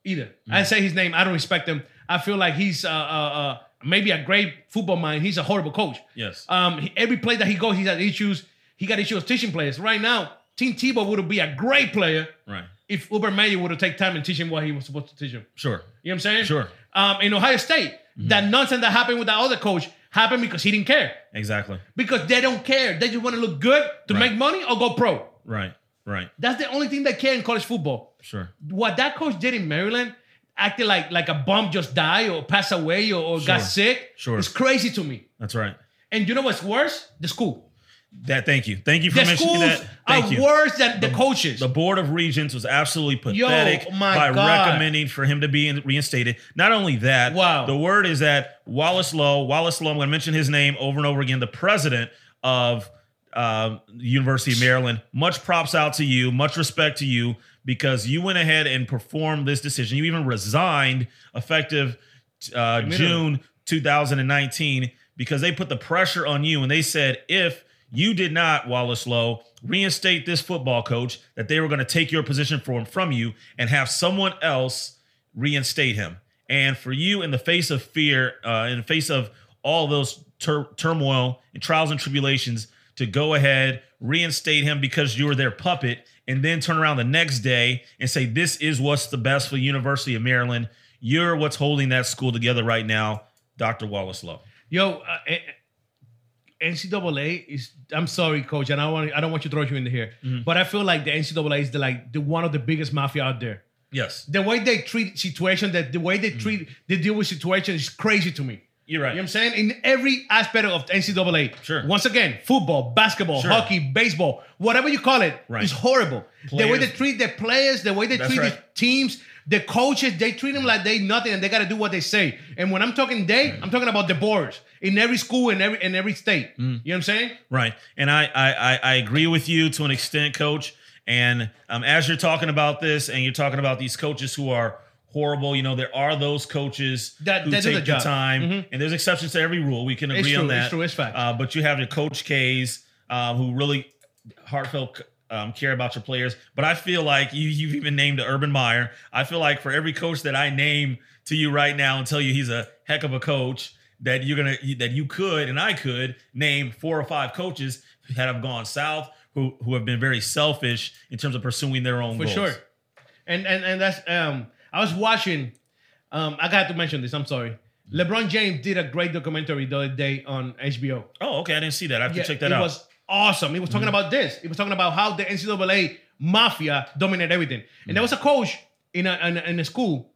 C: either. I say his name. I don't respect him. I feel like he's uh, uh, uh, maybe a great football mind. He's a horrible coach.
D: yes
C: Um, he- every play that he goes, he's had issues. He got issues teaching players. Right now, Team Tebow would be a great player
D: right
C: if Uber Meyer would have taken time and teach him what he was supposed to teach him.
D: sure
C: You know what I'm saying?
D: Sure. Mm-hmm.
C: Um, in Ohio State, that nonsense that happened with that other coach happened because he didn't care.
D: exactly
C: Because they don't care. They just want to look good to
D: Right.
C: make money or go pro.
D: right right
C: That's the only thing they care in college football.
D: sure
C: What that coach did in Maryland, acting like like a bum just died or passed away or, or got
D: Sure.
C: sick,
D: Sure.
C: it's crazy to me.
D: that's right
C: And you know what's worse? The school.
D: that thank you thank you for
C: The
D: mentioning
C: schools
D: that thank
C: are
D: you
C: worse than the, coaches.
D: The Board of Regents was absolutely pathetic
C: my
D: by
C: God.
D: recommending for him to be in- reinstated. Not only that,
C: Wow.
D: the word is that Wallace Lowe, Wallace Lowe, I'm going to mention his name over and over again, the president of um, the University of Maryland. Much props out to you, much respect to you, because you went ahead and performed this decision. You even resigned effective uh,
C: Immediately.
D: June 2019 because they put the pressure on you and they said if you did not Wallace Lowe reinstate this football coach that they were going to take your position from from you and have someone else reinstate him. And for you, in the face of fear, uh, in the face of all those tur- turmoil and trials and tribulations, to go ahead reinstate him because you were their puppet, and then turn around the next day and say this is what's the best for University of Maryland. You're what's holding that school together right now, Dr. Wallace Lowe.
C: Yo, uh, eh, eh, NCAA is. I'm sorry, coach, and I want. I don't want you to throw you in here, but I feel like the NCAA is the, like the one of the biggest mafia out there.
D: Yes,
C: The way they treat situation, that the way they treat, they deal with situations is crazy to me.
D: you're right.
C: You know what I'm saying? In every aspect of NCAA.
D: Sure.
C: Once again, football, basketball,
D: Sure.
C: hockey, baseball, whatever you call it,
D: Right.
C: it's horrible. The way
D: Players-
C: they treat their players, the way they
D: That's
C: treat
D: right.
C: the teams, The coaches, they treat them like they nothing and they gotta do what they say. And when I'm talking they, I'm talking about the boards in every school in every in every
D: Mm.
C: state. You know what I'm saying?
D: Right. And I, I, I, I agree with you to an extent, coach. And um, as you're talking about this and you're talking about these coaches who are horrible, you know, there are those coaches
C: That-
D: who
C: that do
D: take
C: the
D: the,
C: job.
D: time.
C: Mhm.
D: And there's exceptions to every rule. We can agree
C: It's true,
D: on that.
C: it's true, it's fact.
D: Uh, but you have your Coach K's uh, who really heartfelt um, care about your players. But I feel like you, you've even named Urban Meyer. I feel like for every coach that I name to you right now and tell you he's a heck of a coach, that you're gonna that you could and I could name four or five coaches that have gone south who who have been very selfish in terms of pursuing their own
C: For
D: goals.
C: sure. And and and that's um I was watching um I got to mention this, I'm sorry. LeBron James did a great documentary the other day on HBO.
D: Oh, okay. I didn't see that. I have to check that
C: it
D: out. Mm-hmm.
C: was awesome. He was talking about this. He was talking about how the NCAA mafia dominated everything. And there was a coach in a, in a, in a school.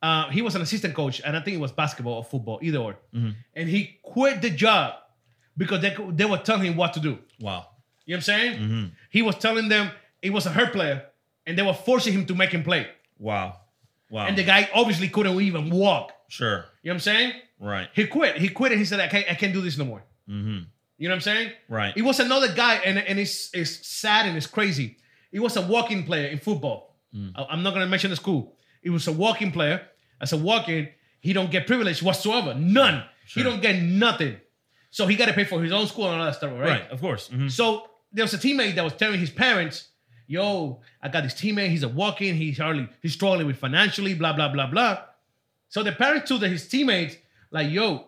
C: Uh, he was an assistant coach, and I think it was basketball or football, either or.
D: Mm-hmm.
C: And he quit the job because they co- they were telling him what to do.
D: wow.
C: You know what I'm saying?
D: Mm-hmm.
C: He was telling them it was a hurt player, and they were forcing him to make him play.
D: Wow. Wow.
C: And the guy obviously couldn't even walk.
D: sure.
C: You know what I'm saying?
D: Right.
C: He quit. He quit, and he said, "I can't, I can't do this no more."
D: Mhm.
C: You know what I'm saying?
D: Right.
C: It was another guy, and, and it's, it's sad and it's crazy. It was a walking player in football.
D: Mm.
C: I- I'm not going to mention the school. It was a walking player. As a walking, he don't get privilege whatsoever. None. He
D: Sure.
C: don't get nothing. So he got to pay for his own school and all that stuff, right?
D: Right. Of course. Mhm.
C: So there was a teammate that was telling his parents, "Yo, I got this teammate. He's a walk-in. He's hardly he's struggling with financially. Blah blah blah blah." So the parents told his teammates, "Like, yo,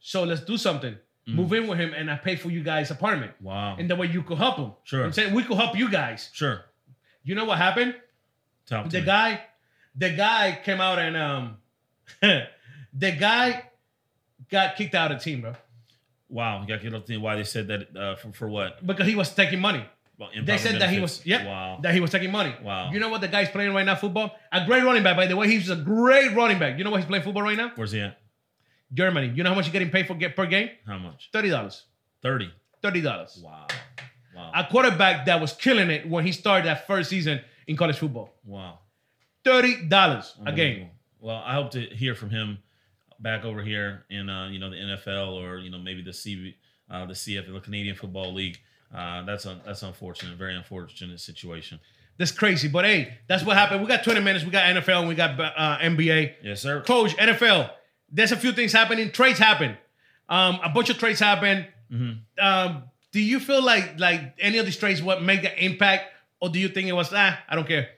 C: so let's do something.
D: Mm.
C: Move in with him, and I pay for you guys' apartment,
D: Wow.
C: and that way you could help him.
D: Sure.
C: I'm saying we could help you guys.
D: sure.
C: You know what happened?
D: Tell it to
C: The
D: me.
C: guy, the guy came out and um, the guy got kicked out of the team, bro,
D: Wow, I don't think why they said that uh, for, for what?
C: because he was taking money."
D: Well,
C: They
D: improper
C: said that he
D: benefits.
C: was yeah,
D: Wow.
C: that he was taking money.
D: Wow.
C: You know what the guy's playing right now football? A great running back, by the way. He's a great running back. You know what he's playing football right now?
D: Where's he at?
C: Germany. You know how much he's getting paid for get per game?
D: How much?
C: Thirty dollars.
D: Thirty.
C: Thirty dollars.
D: Wow. Wow.
C: A quarterback that was killing it when he started that first season in college football.
D: wow.
C: Thirty dollars a game.
D: Unbelievable. Well, I hope to hear from him back over here in uh, you know the NFL or you know maybe the CV, uh, the CF, the Canadian Football League. Uh, that's un- that's unfortunate, very unfortunate situation.
C: That's crazy. But hey, that's what happened. We got 20 minutes. We got NFL and we got uh, NBA.
D: Yes, sir.
C: Coach, NFL. There's a few things happening. Trades happen. Um, a bunch of trades happen.
D: Mm-hmm.
C: Um, do you feel like like any of these trades what make an impact, or do you think it was ah I don't care?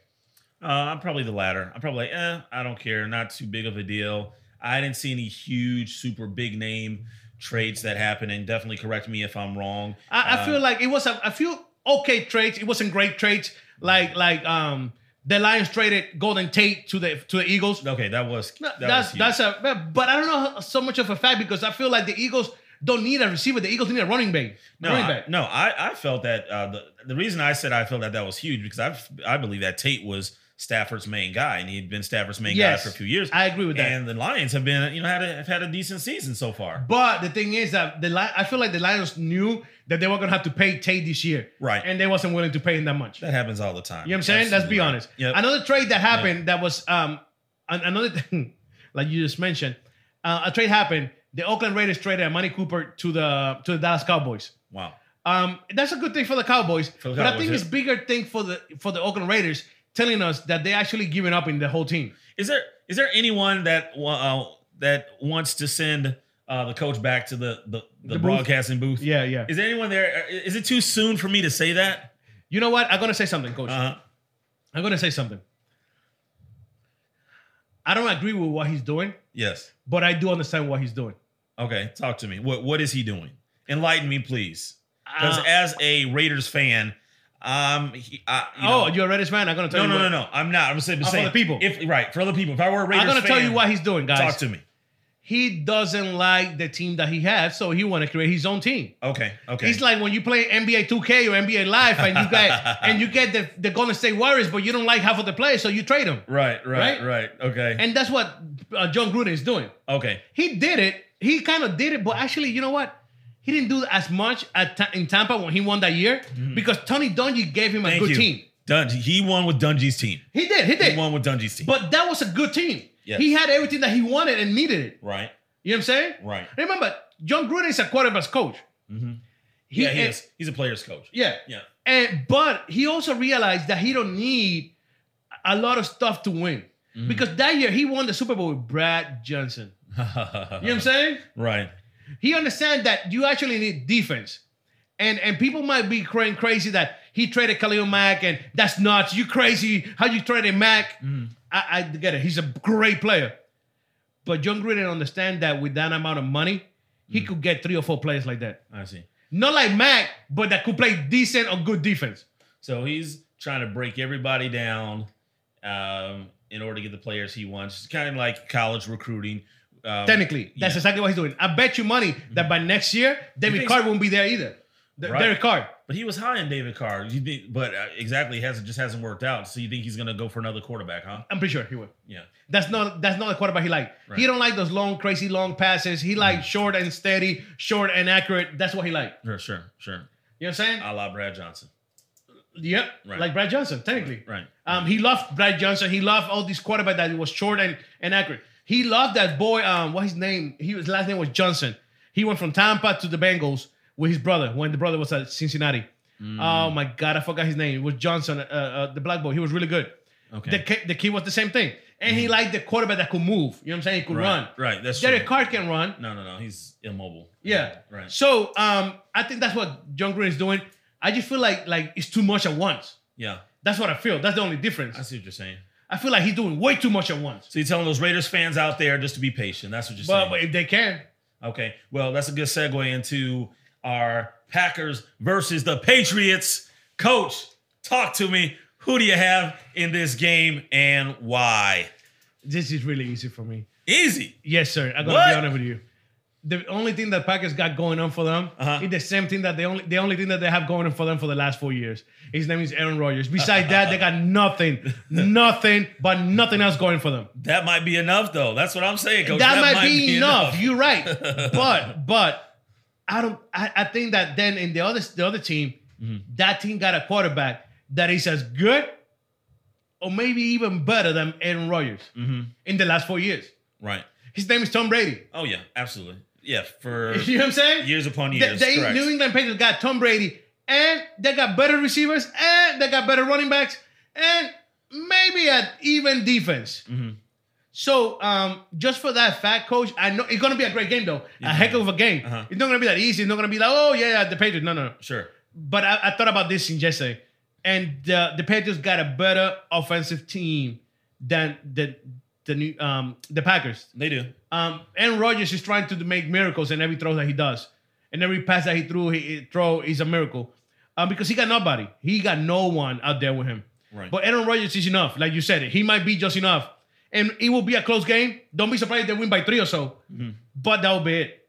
D: Uh, I'm probably the latter. I'm probably like, eh, I don't care. Not too big of a deal. I didn't see any huge, super big name trades that happened, and definitely correct me if I'm wrong.
C: I, I
D: Uh,
C: feel like it was a, a few okay trades. It wasn't great trades. Like like um the Lions traded Golden Tate to the to the Eagles.
D: Okay, that was
C: No,
D: that
C: that's
D: was huge.
C: that's a but I don't know how- so much of a fact because I feel like the Eagles don't need a receiver. The Eagles need a running back.
D: no,
C: running
D: I,
C: back.
D: no. I, I felt that uh, the the reason I said I felt that that was huge because I I believe that Tate was Stafford's main guy and he'd been Stafford's main
C: Yes.
D: guy for a few years.
C: I agree with that.
D: and the Lions have been you know had a, have had a decent season so far.
C: But the thing is that the Li- I feel like the Lions knew that they were gonna have to pay Tate this year,
D: Right.
C: And they wasn't willing to pay him that much.
D: That happens all the time.
C: You know what I'm saying? Let's be honest.
D: Yep.
C: Another trade that happened that was um an- another thing, like you just mentioned, uh, a trade happened. The Oakland Raiders traded Money Cooper to the to the Dallas Cowboys.
D: Wow.
C: Um, that's a good thing for the Cowboys,
D: the
C: but I
D: Cowboys,
C: think
D: yeah.
C: it's bigger thing for the for the Oakland Raiders, telling us that they actually giving up in the whole team.
D: Is there is there anyone that wa- uh, that wants to send uh, the coach back to the the, the,
C: booth?
D: broadcasting booth?
C: Yeah, yeah.
D: Is there anyone there? uh, Is it too soon for me to say that?
C: You know what? I'm gonna say something, Coach.
D: Uh,
C: I'm gonna say something. I don't agree with what he's doing,
D: yes.
C: but I do understand what he's doing.
D: Okay, talk to me. What what is he doing? Enlighten me, please. Because
C: Uh,
D: as a Raiders fan, um, he, I,
C: oh,
D: you know-
C: you're a Raiders fan? I'm gonna tell
D: no,
C: you.
D: no,
C: what- Uh,
D: no, no. I'm not. I'm saying,
C: for
D: saying
C: the people.
D: If right for other people. If I were a Raiders,
C: I'm gonna tell
D: fan,
C: you what he's doing, guys.
D: Talk to me.
C: He doesn't like the team that he has, so he want to create his own team.
D: Okay, okay.
C: It's like when you play NBA 2K or NBA Live, and you get and you get the, the Golden State Warriors, but you don't like half of the players, so you trade them.
D: right, right,
C: right?
D: right, Okay,
C: And that's what uh, John Gruden is doing.
D: okay.
C: He did it. He kind of did it, but actually, you know what? He didn't do as much at Ta- in Tampa when he won that year because Tony Dungy gave him a
D: Mm-hmm. Thank
C: good
D: you.
C: team.
D: Dungy. He won with Dungy's team.
C: He did. He did.
D: He won with Dungy's team.
C: But that was a good team.
D: Yes.
C: He had everything that he wanted and needed it.
D: right.
C: You know what I'm saying?
D: Right.
C: Remember, John Gruden is a quarterback's coach.
D: hmm
C: He-
D: yeah, he
C: and-
D: is. He's a player's coach.
C: Yeah.
D: Yeah.
C: And but he also realized that he don't need a lot of stuff to win.
D: Mhm.
C: Because that year he won the Super Bowl with Brad Johnson.
D: you know
C: You know what
D: Uh-huh.
C: I'm saying?
D: Right.
C: He understands that you actually need defense. And and people might be crying crazy that he traded Khalil Mack and that's nuts. You crazy how you traded Mack.
D: Mm.
C: I, I get it. He's a great player. But John Gruden understand that with that amount of money, he
D: Mm.
C: could get three or four players like that.
D: I see.
C: Not like Mack, but that could play decent or good defense.
D: So he's trying to break everybody down um, in order to get the players he wants. It's kind of like college recruiting. Um,
C: Technically, that's
D: yeah. Mm.
C: exactly what he's doing. I bet you money that by next year, David
D: think
C: Carr won't be there either. The,
D: Right.
C: Derek Carr.
D: But he was high in David Carr. You think, but uh, exactly, hasn't just hasn't worked out. So you think he's going to go for another quarterback, huh?
C: I'm pretty sure he will.
D: Yeah.
C: That's not that's not the quarterback he like.
D: Right. Mm.
C: He don't like those long, crazy long passes. He like short and steady, short and accurate. That's what he like.
D: Sure, sure, sure.
C: You know what I'm saying?
D: A la Brad Johnson.
C: yep.
D: Uh, right.
C: Like Brad Johnson, technically.
D: Right.
C: Um, he loved Brad Johnson. He loved all these quarterback that was short and, and accurate. He loved that boy. Um, what his name? He his last name was Johnson. He went from Tampa to the Bengals with his brother when the brother was at Cincinnati.
D: Mm.
C: Oh my God, I forgot his name. It was Johnson, uh, uh, the black boy. He was really good.
D: Okay. Mm-hmm.
C: The kid, the kid was the same thing, and he liked the quarterback that could move. You know what I'm saying? He could
D: right.
C: run.
D: Right. That's true.
C: Derek Carr can run.
D: No, no, no. He's immobile.
C: Yeah.
D: Right.
C: So um, I think that's what John Green is doing. I just feel like like it's too much at once.
D: Yeah.
C: That's what I feel. That's the only difference.
D: I see what you're saying.
C: I feel like he's doing way too much at once.
D: So you're telling those Raiders fans out there just to be patient. That's what you're
C: But, but
D: saying.
C: if they can,
D: okay. Well, that's a good segue into our Packers versus the Patriots. Coach, talk to me. Who do you have in this game and why?
C: this is really easy for me.
D: Easy.
C: Yes, sir. I'm gonna
D: What?
C: be honest with you. The only thing that Packers got going on for them
D: Uh-huh.
C: is the same thing that they only the only thing that they have going on for them for the last four years. His name is Aaron Rodgers. Besides that, they got nothing, nothing, but nothing else going for them.
D: That might be enough, though. That's what I'm saying, Coach.
C: that, might, be, enough. You're right. But but I don't. I, I think that then in the other the other team,
D: Mm-hmm.
C: that team got a quarterback that is as good or maybe even better than Aaron Rodgers
D: Mm-hmm.
C: in the last four years.
D: Right.
C: His name is Tom Brady.
D: Oh, yeah. Absolutely. Yeah. For
C: You know what I'm saying?
D: years upon
C: They-
D: years.
C: they,
D: correct.
C: New England Patriots got Tom Brady, and they got better receivers, and they got better running backs, and maybe an even defense.
D: Mhm.
C: So, um, just for that fact, coach, I know it's gonna be a great game though, a heck of a game.
D: Uh-huh.
C: It's not gonna be that easy. It's not gonna be like, oh yeah, the Patriots. No, no. no.
D: Sure.
C: But I, I thought about this in yesterday, and uh, the Patriots got a better offensive team than the the new um the Packers.
D: They do.
C: Um, Aaron Rodgers is trying to make miracles in every throw that he does, and every pass that he threw, he, he throw is a miracle, um, because he got nobody, he got no one out there with him.
D: Right.
C: But Aaron Rodgers is enough, like you said, he might be just enough, and it will be a close game. Don't be surprised if they win by three or so, but that will be it.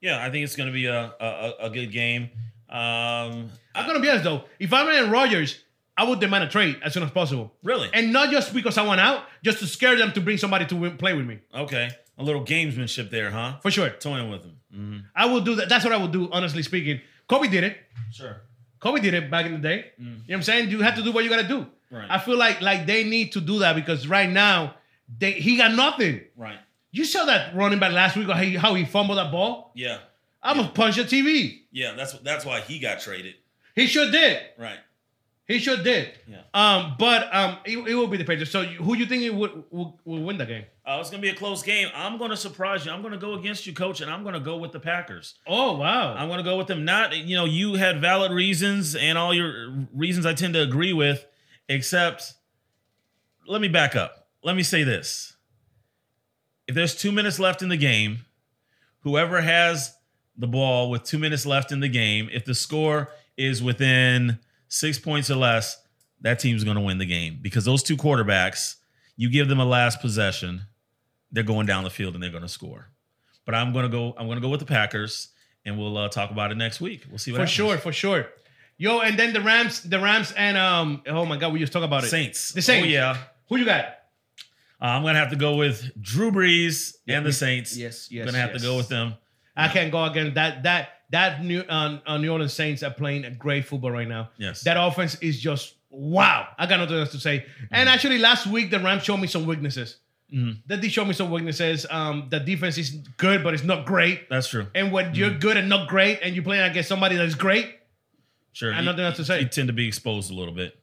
D: yeah, I think it's going to be a, a a- a good game. Um,
C: I'm gonna be honest though, if I'm Aaron Rodgers, I would demand a trade as soon as possible,
D: really
C: and not just because I want out, just to scare them to bring somebody to win, play with me
D: okay. A little gamesmanship there, huh?
C: for sure.
D: Toying with them. Mhm.
C: I will do that. That's what I will do, honestly speaking. Kobe did it.
D: Sure.
C: Kobe did it back in the day. You know what I'm saying? You have to do what you gotta do.
D: Right.
C: I feel like like they need to do that because right now they he got nothing.
D: Right.
C: You saw that running back last week how he, how he fumbled that ball.
D: Yeah.
C: I'm gonna punch the TV.
D: Yeah. That's that's why he got traded.
C: He sure did.
D: Right.
C: He sure did.
D: Yeah.
C: Um, but um, it, it will be the Patriots. So you- who you think it would, would, would win the game?
D: Uh, it's gonna be a close game. I'm gonna surprise you. I'm gonna go against you, coach, and I'm gonna go with the Packers.
C: Oh wow!
D: I'm gonna go with them. Not you know, you had valid reasons, and all your reasons I tend to agree with, except let me back up. Let me say this. If there's two minutes left in the game, whoever has the ball with two minutes left in the game, if the score is within six points or less, that team's gonna win the game because those two quarterbacks, you give them a last possession, they're going down the field and they're gonna score. But I'm gonna go, I'm gonna go with the Packers and we'll uh, talk about it next week. We'll see what
C: for
D: happens.
C: sure, for sure. Yo, and then the Rams, the Rams, and um, oh my God, we just talk about it.
D: Saints.
C: The Saints.
D: Oh yeah.
C: Who you got?
D: Uh, I'm gonna have to go with Drew Brees and the Saints.
C: Yes,
D: I'm gonna have to go with them.
C: I can't go against that. That that New um, uh, New Orleans Saints are playing a great football right now.
D: Yes.
C: That offense is just wow, I got nothing else to say. And actually, last week the Rams showed me some weaknesses. They did show me some weaknesses. Um, the defense is good, but it's not great.
D: That's true.
C: And when you're good and not great, and you're playing against somebody that's great,
D: Sure.
C: I have nothing else to say.
D: You tend to be exposed a little bit.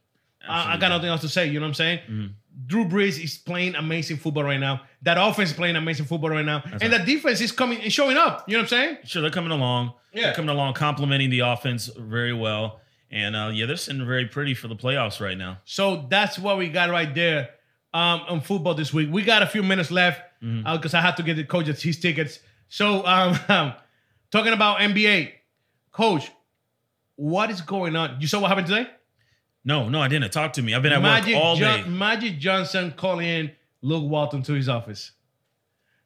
C: I, I got nothing else to say. You know what I'm saying? Drew Brees is playing amazing football right now. That offense is playing amazing football right now, and the defense is coming and showing up. You know what I'm saying?
D: Sure, they're coming along.
C: Yeah.
D: They're coming along, complimenting the offense very well. And uh, yeah, they're sitting very pretty for the playoffs right now.
C: So that's what we got right there um, on football this week. We got a few minutes left
D: Mm-hmm.
C: because I have to get the coach his tickets. So um, talking about NBA, coach, what is going on? You saw what happened today?
D: No, no, I didn't. Talk to me. I've been at
C: Magic,
D: work all
C: John-
D: day.
C: Magic Johnson calling in Luke Walton to his office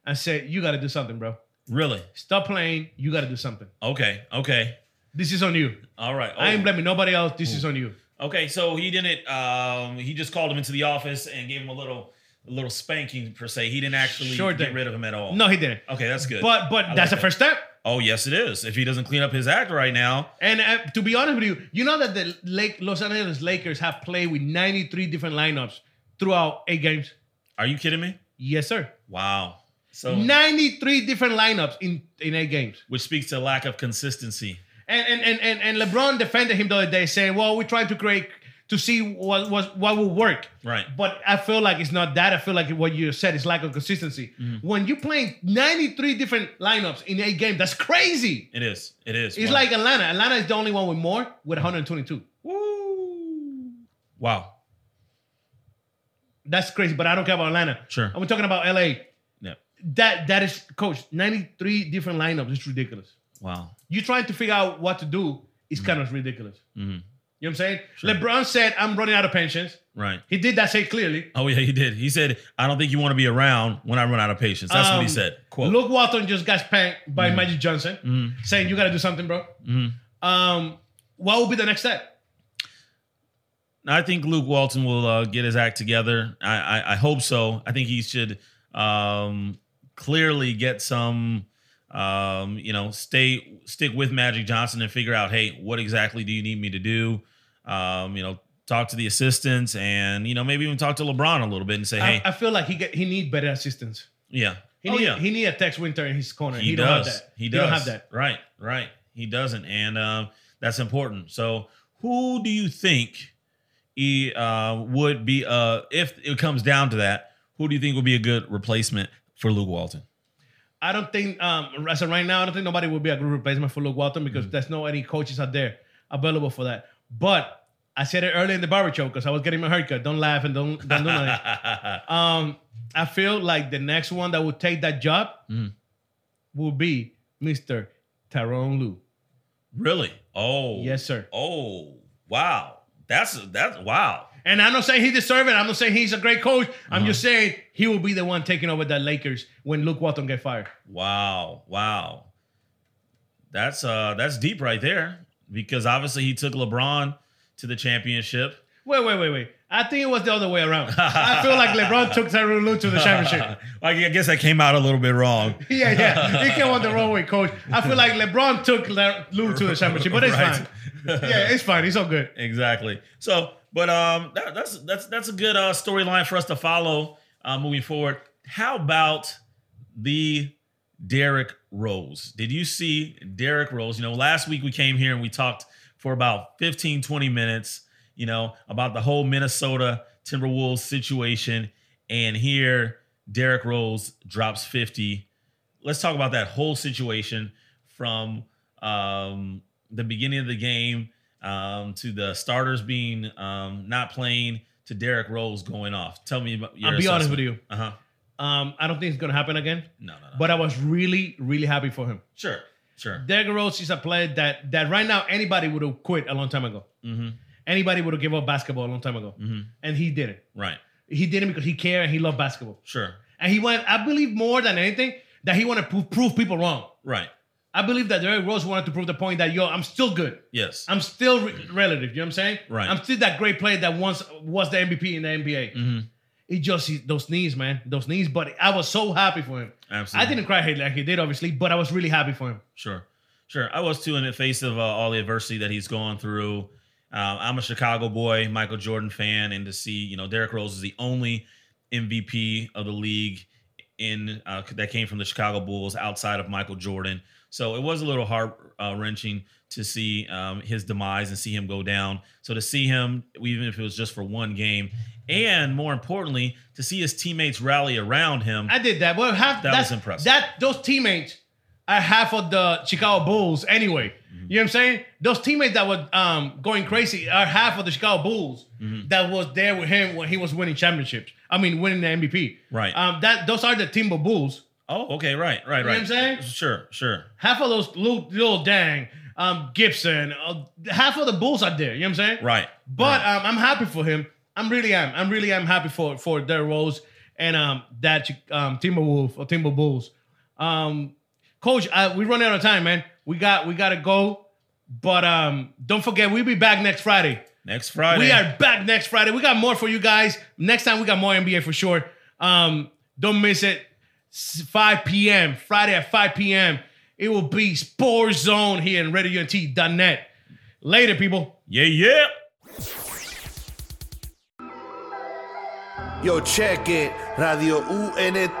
C: and said, "You got to do something, bro.
D: Really?
C: Stop playing. You got to do something.
D: Okay. Okay.
C: This is on you.
D: All right.
C: I ain't
D: Oh.
C: blaming nobody else. This is on you."
D: Okay, so he didn't. Um, he just called him into the office and gave him a little, a little spanking per se. He didn't actually
C: Sure
D: get
C: thing.
D: rid of him at all.
C: No, he didn't.
D: Okay, that's good.
C: But but
D: I
C: that's
D: like
C: the first step.
D: oh yes, it is. If he doesn't clean up his act right now,
C: And uh, to be honest with you, you know that the Lake Los Angeles Lakers have played with 93 different lineups throughout eight games.
D: are you kidding me?
C: Yes, sir.
D: Wow. So,
C: 93 different lineups in, in eight games.
D: which speaks to lack of consistency.
C: And and, and and and LeBron defended him the other day, saying, "Well, we tried to create to see what was what will work."
D: Right.
C: But I feel like it's not that. I feel like what you said is lack of consistency. When you're playing 93 different lineups in eight games, that's crazy.
D: It is. It is.
C: It's
D: Wow.
C: like Atlanta. Atlanta is the only one with more with 122.
D: Woo. Wow.
C: That's crazy, but I don't care about Atlanta.
D: Sure.
C: I'm talking about LA.
D: Yeah.
C: That that is coach, 93 different lineups. It's ridiculous.
D: Wow.
C: You trying to figure out what to do is kind of ridiculous.
D: Mhm.
C: You know what I'm saying?
D: Sure.
C: LeBron said, I'm running out of pensions.
D: Right.
C: He did that say clearly.
D: Oh yeah, he did. He said, "I don't think you want to be around when I run out of patience." That's what he
C: Um,
D: said. Quote. Mm. Mm-hmm.
C: Luke Walton just got spanked by Magic Johnson saying, You gotta do something, bro. Um, what will be the next step?
D: I think Luke Walton will uh, get his act together. I, I, I hope so. I think he should um, clearly get some, um, you know, stay stick with Magic Johnson and figure out, hey, what exactly do you need me to do? Um, you know, talk to the assistants and you know maybe even talk to LeBron a little bit and say, hey,
C: I, I feel like he get, he need better assistance.
D: yeah,
C: He
D: oh
C: need,
D: yeah,
C: he need a Tex Winter in his corner.
D: he,
C: don't have
D: does.
C: that.
D: He does.
C: don't have that.
D: Right, right. He doesn't, and um, that's important. So, who do you think he uh, would be? Uh, if it comes down to that, who do you think would be a good replacement for Luke Walton?
C: I don't think um as of right now, I don't think nobody will be a good replacement for Luke Walton because there's no any coaches out there available for that. But I said it earlier in the barber show because I was getting my haircut. Don't laugh and don't don't do nothing. um, I feel like the next one that will take that job will be Mr. Tyrone Lou.
D: really? Oh,
C: Yes, sir.
D: Oh, wow. That's that's wow.
C: And I'm not saying he deserves it. I'm not saying he's a great coach. I'm just saying he will be the one taking over the Lakers when Luke Walton get fired.
D: Wow, wow. That's uh that's deep right there because obviously he took LeBron to the championship.
C: Wait, wait, wait, wait. I think it was the other way around. I feel like LeBron took Tyrone Lou to the championship.
D: I guess I came out a little bit wrong.
C: Yeah, yeah. He came on the wrong way, coach. I feel like LeBron took Le- Lou to the championship, but it's
D: Right.
C: fine. Yeah, it's fine. It's all good.
D: exactly. So, but um, that, that's that's that's a good uh, storyline for us to follow uh, moving forward. How about the Derrick Rose? Did you see Derrick Rose? You know, last week we came here and we talked for about 15, 20 minutes, you know, about the whole Minnesota Timberwolves situation. And here, Derrick Rose drops 50. Let's talk about that whole situation from um, the beginning of the game um, to the starters being um, not playing to Derrick Rose going off. Tell me about your
C: I'll be honest with you.
D: Uh huh.
C: Um, I don't think it's gonna happen again.
D: No, no, no.
C: But I was really, really happy for him.
D: Sure, sure.
C: Derrick Rose is a player that that right now anybody would have quit a long time ago.
D: hmm
C: Anybody would have given up basketball a long time ago,
D: hmm
C: and he didn't.
D: Right.
C: He didn't because he cared and he loved basketball.
D: Sure.
C: And he went. I believe more than anything that he wanted to prove, prove people wrong.
D: Right.
C: I believe that Derrick Rose wanted to prove the point that yo, I'm still good.
D: Yes.
C: I'm still re- relative. You know what I'm saying?
D: Right.
C: I'm still that great player that once was the MVP in the NBA.
D: Mhm.
C: It just he- those knees, man, those knees. But I was so happy for him.
D: Absolutely.
C: I didn't cry like he did, obviously, but I was really happy for him.
D: Sure. Sure. I was too in the face of uh, all the adversity that he's going through. Um, I'm a Chicago boy, Michael Jordan fan, and to see you know Derrick Rose is the only MVP of the league in uh, that came from the Chicago Bulls outside of Michael Jordan. So it was a little heart uh, wrenching to see um, his demise and see him go down. So to see him, even if it was just for one game, and more importantly, to see his teammates rally around him.
C: I did that. Well, half
D: That
C: that's-
D: was impressive.
C: That those teammates are half of the Chicago Bulls anyway.
D: Mm-hmm.
C: You know what I'm saying? Those teammates that were um, going crazy are half of the Chicago Bulls
D: Mm-hmm.
C: that was there with him when he was winning championships. I mean, winning the MVP.
D: Right.
C: Um, that those are the Timber Bulls.
D: oh, okay, right, right, right.
C: know what I'm saying?
D: Sure, sure.
C: Half of those little, little dang um, Gibson. Uh, half of the Bulls are there. You know what I'm saying?
D: Right.
C: But um, I'm happy for him. I'm really am. I'm really am happy for for their Rose and um that um Timberwolf or Timber Bulls. Um, coach, I, we run out of time, man. We got we gotta go. But um, don't forget, we'll be back next Friday.
D: Next Friday.
C: We are back next Friday. We got more for you guys. Next time we got more NBA for sure. Um, don't miss it. S- 5 p.m. Friday at 5 p.m. It will be Sports Zone here in RadioUNT.net. Later, people.
D: Yeah, yeah.
B: Yo, cheque, Radio UNT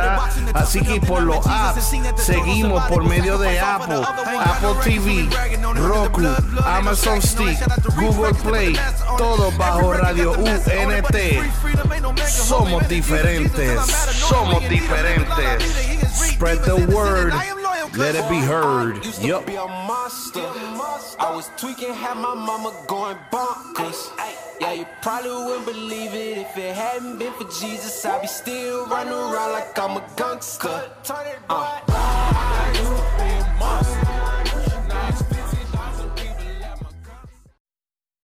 B: Así que por los apps, seguimos por medio de Apple, Apple TV, Roku, Amazon Stick, Google Play, todo bajo Radio UNT. Somos diferentes, somos diferentes. Spread the word, let it be heard.
E: Used to
B: Yup.
E: be a monster. I was tweaking, had my mama going bonkers. Yeah, you probably wouldn't believe it if it hadn't been for Jesus. I'd be still running around like I'm a gangster. Uh.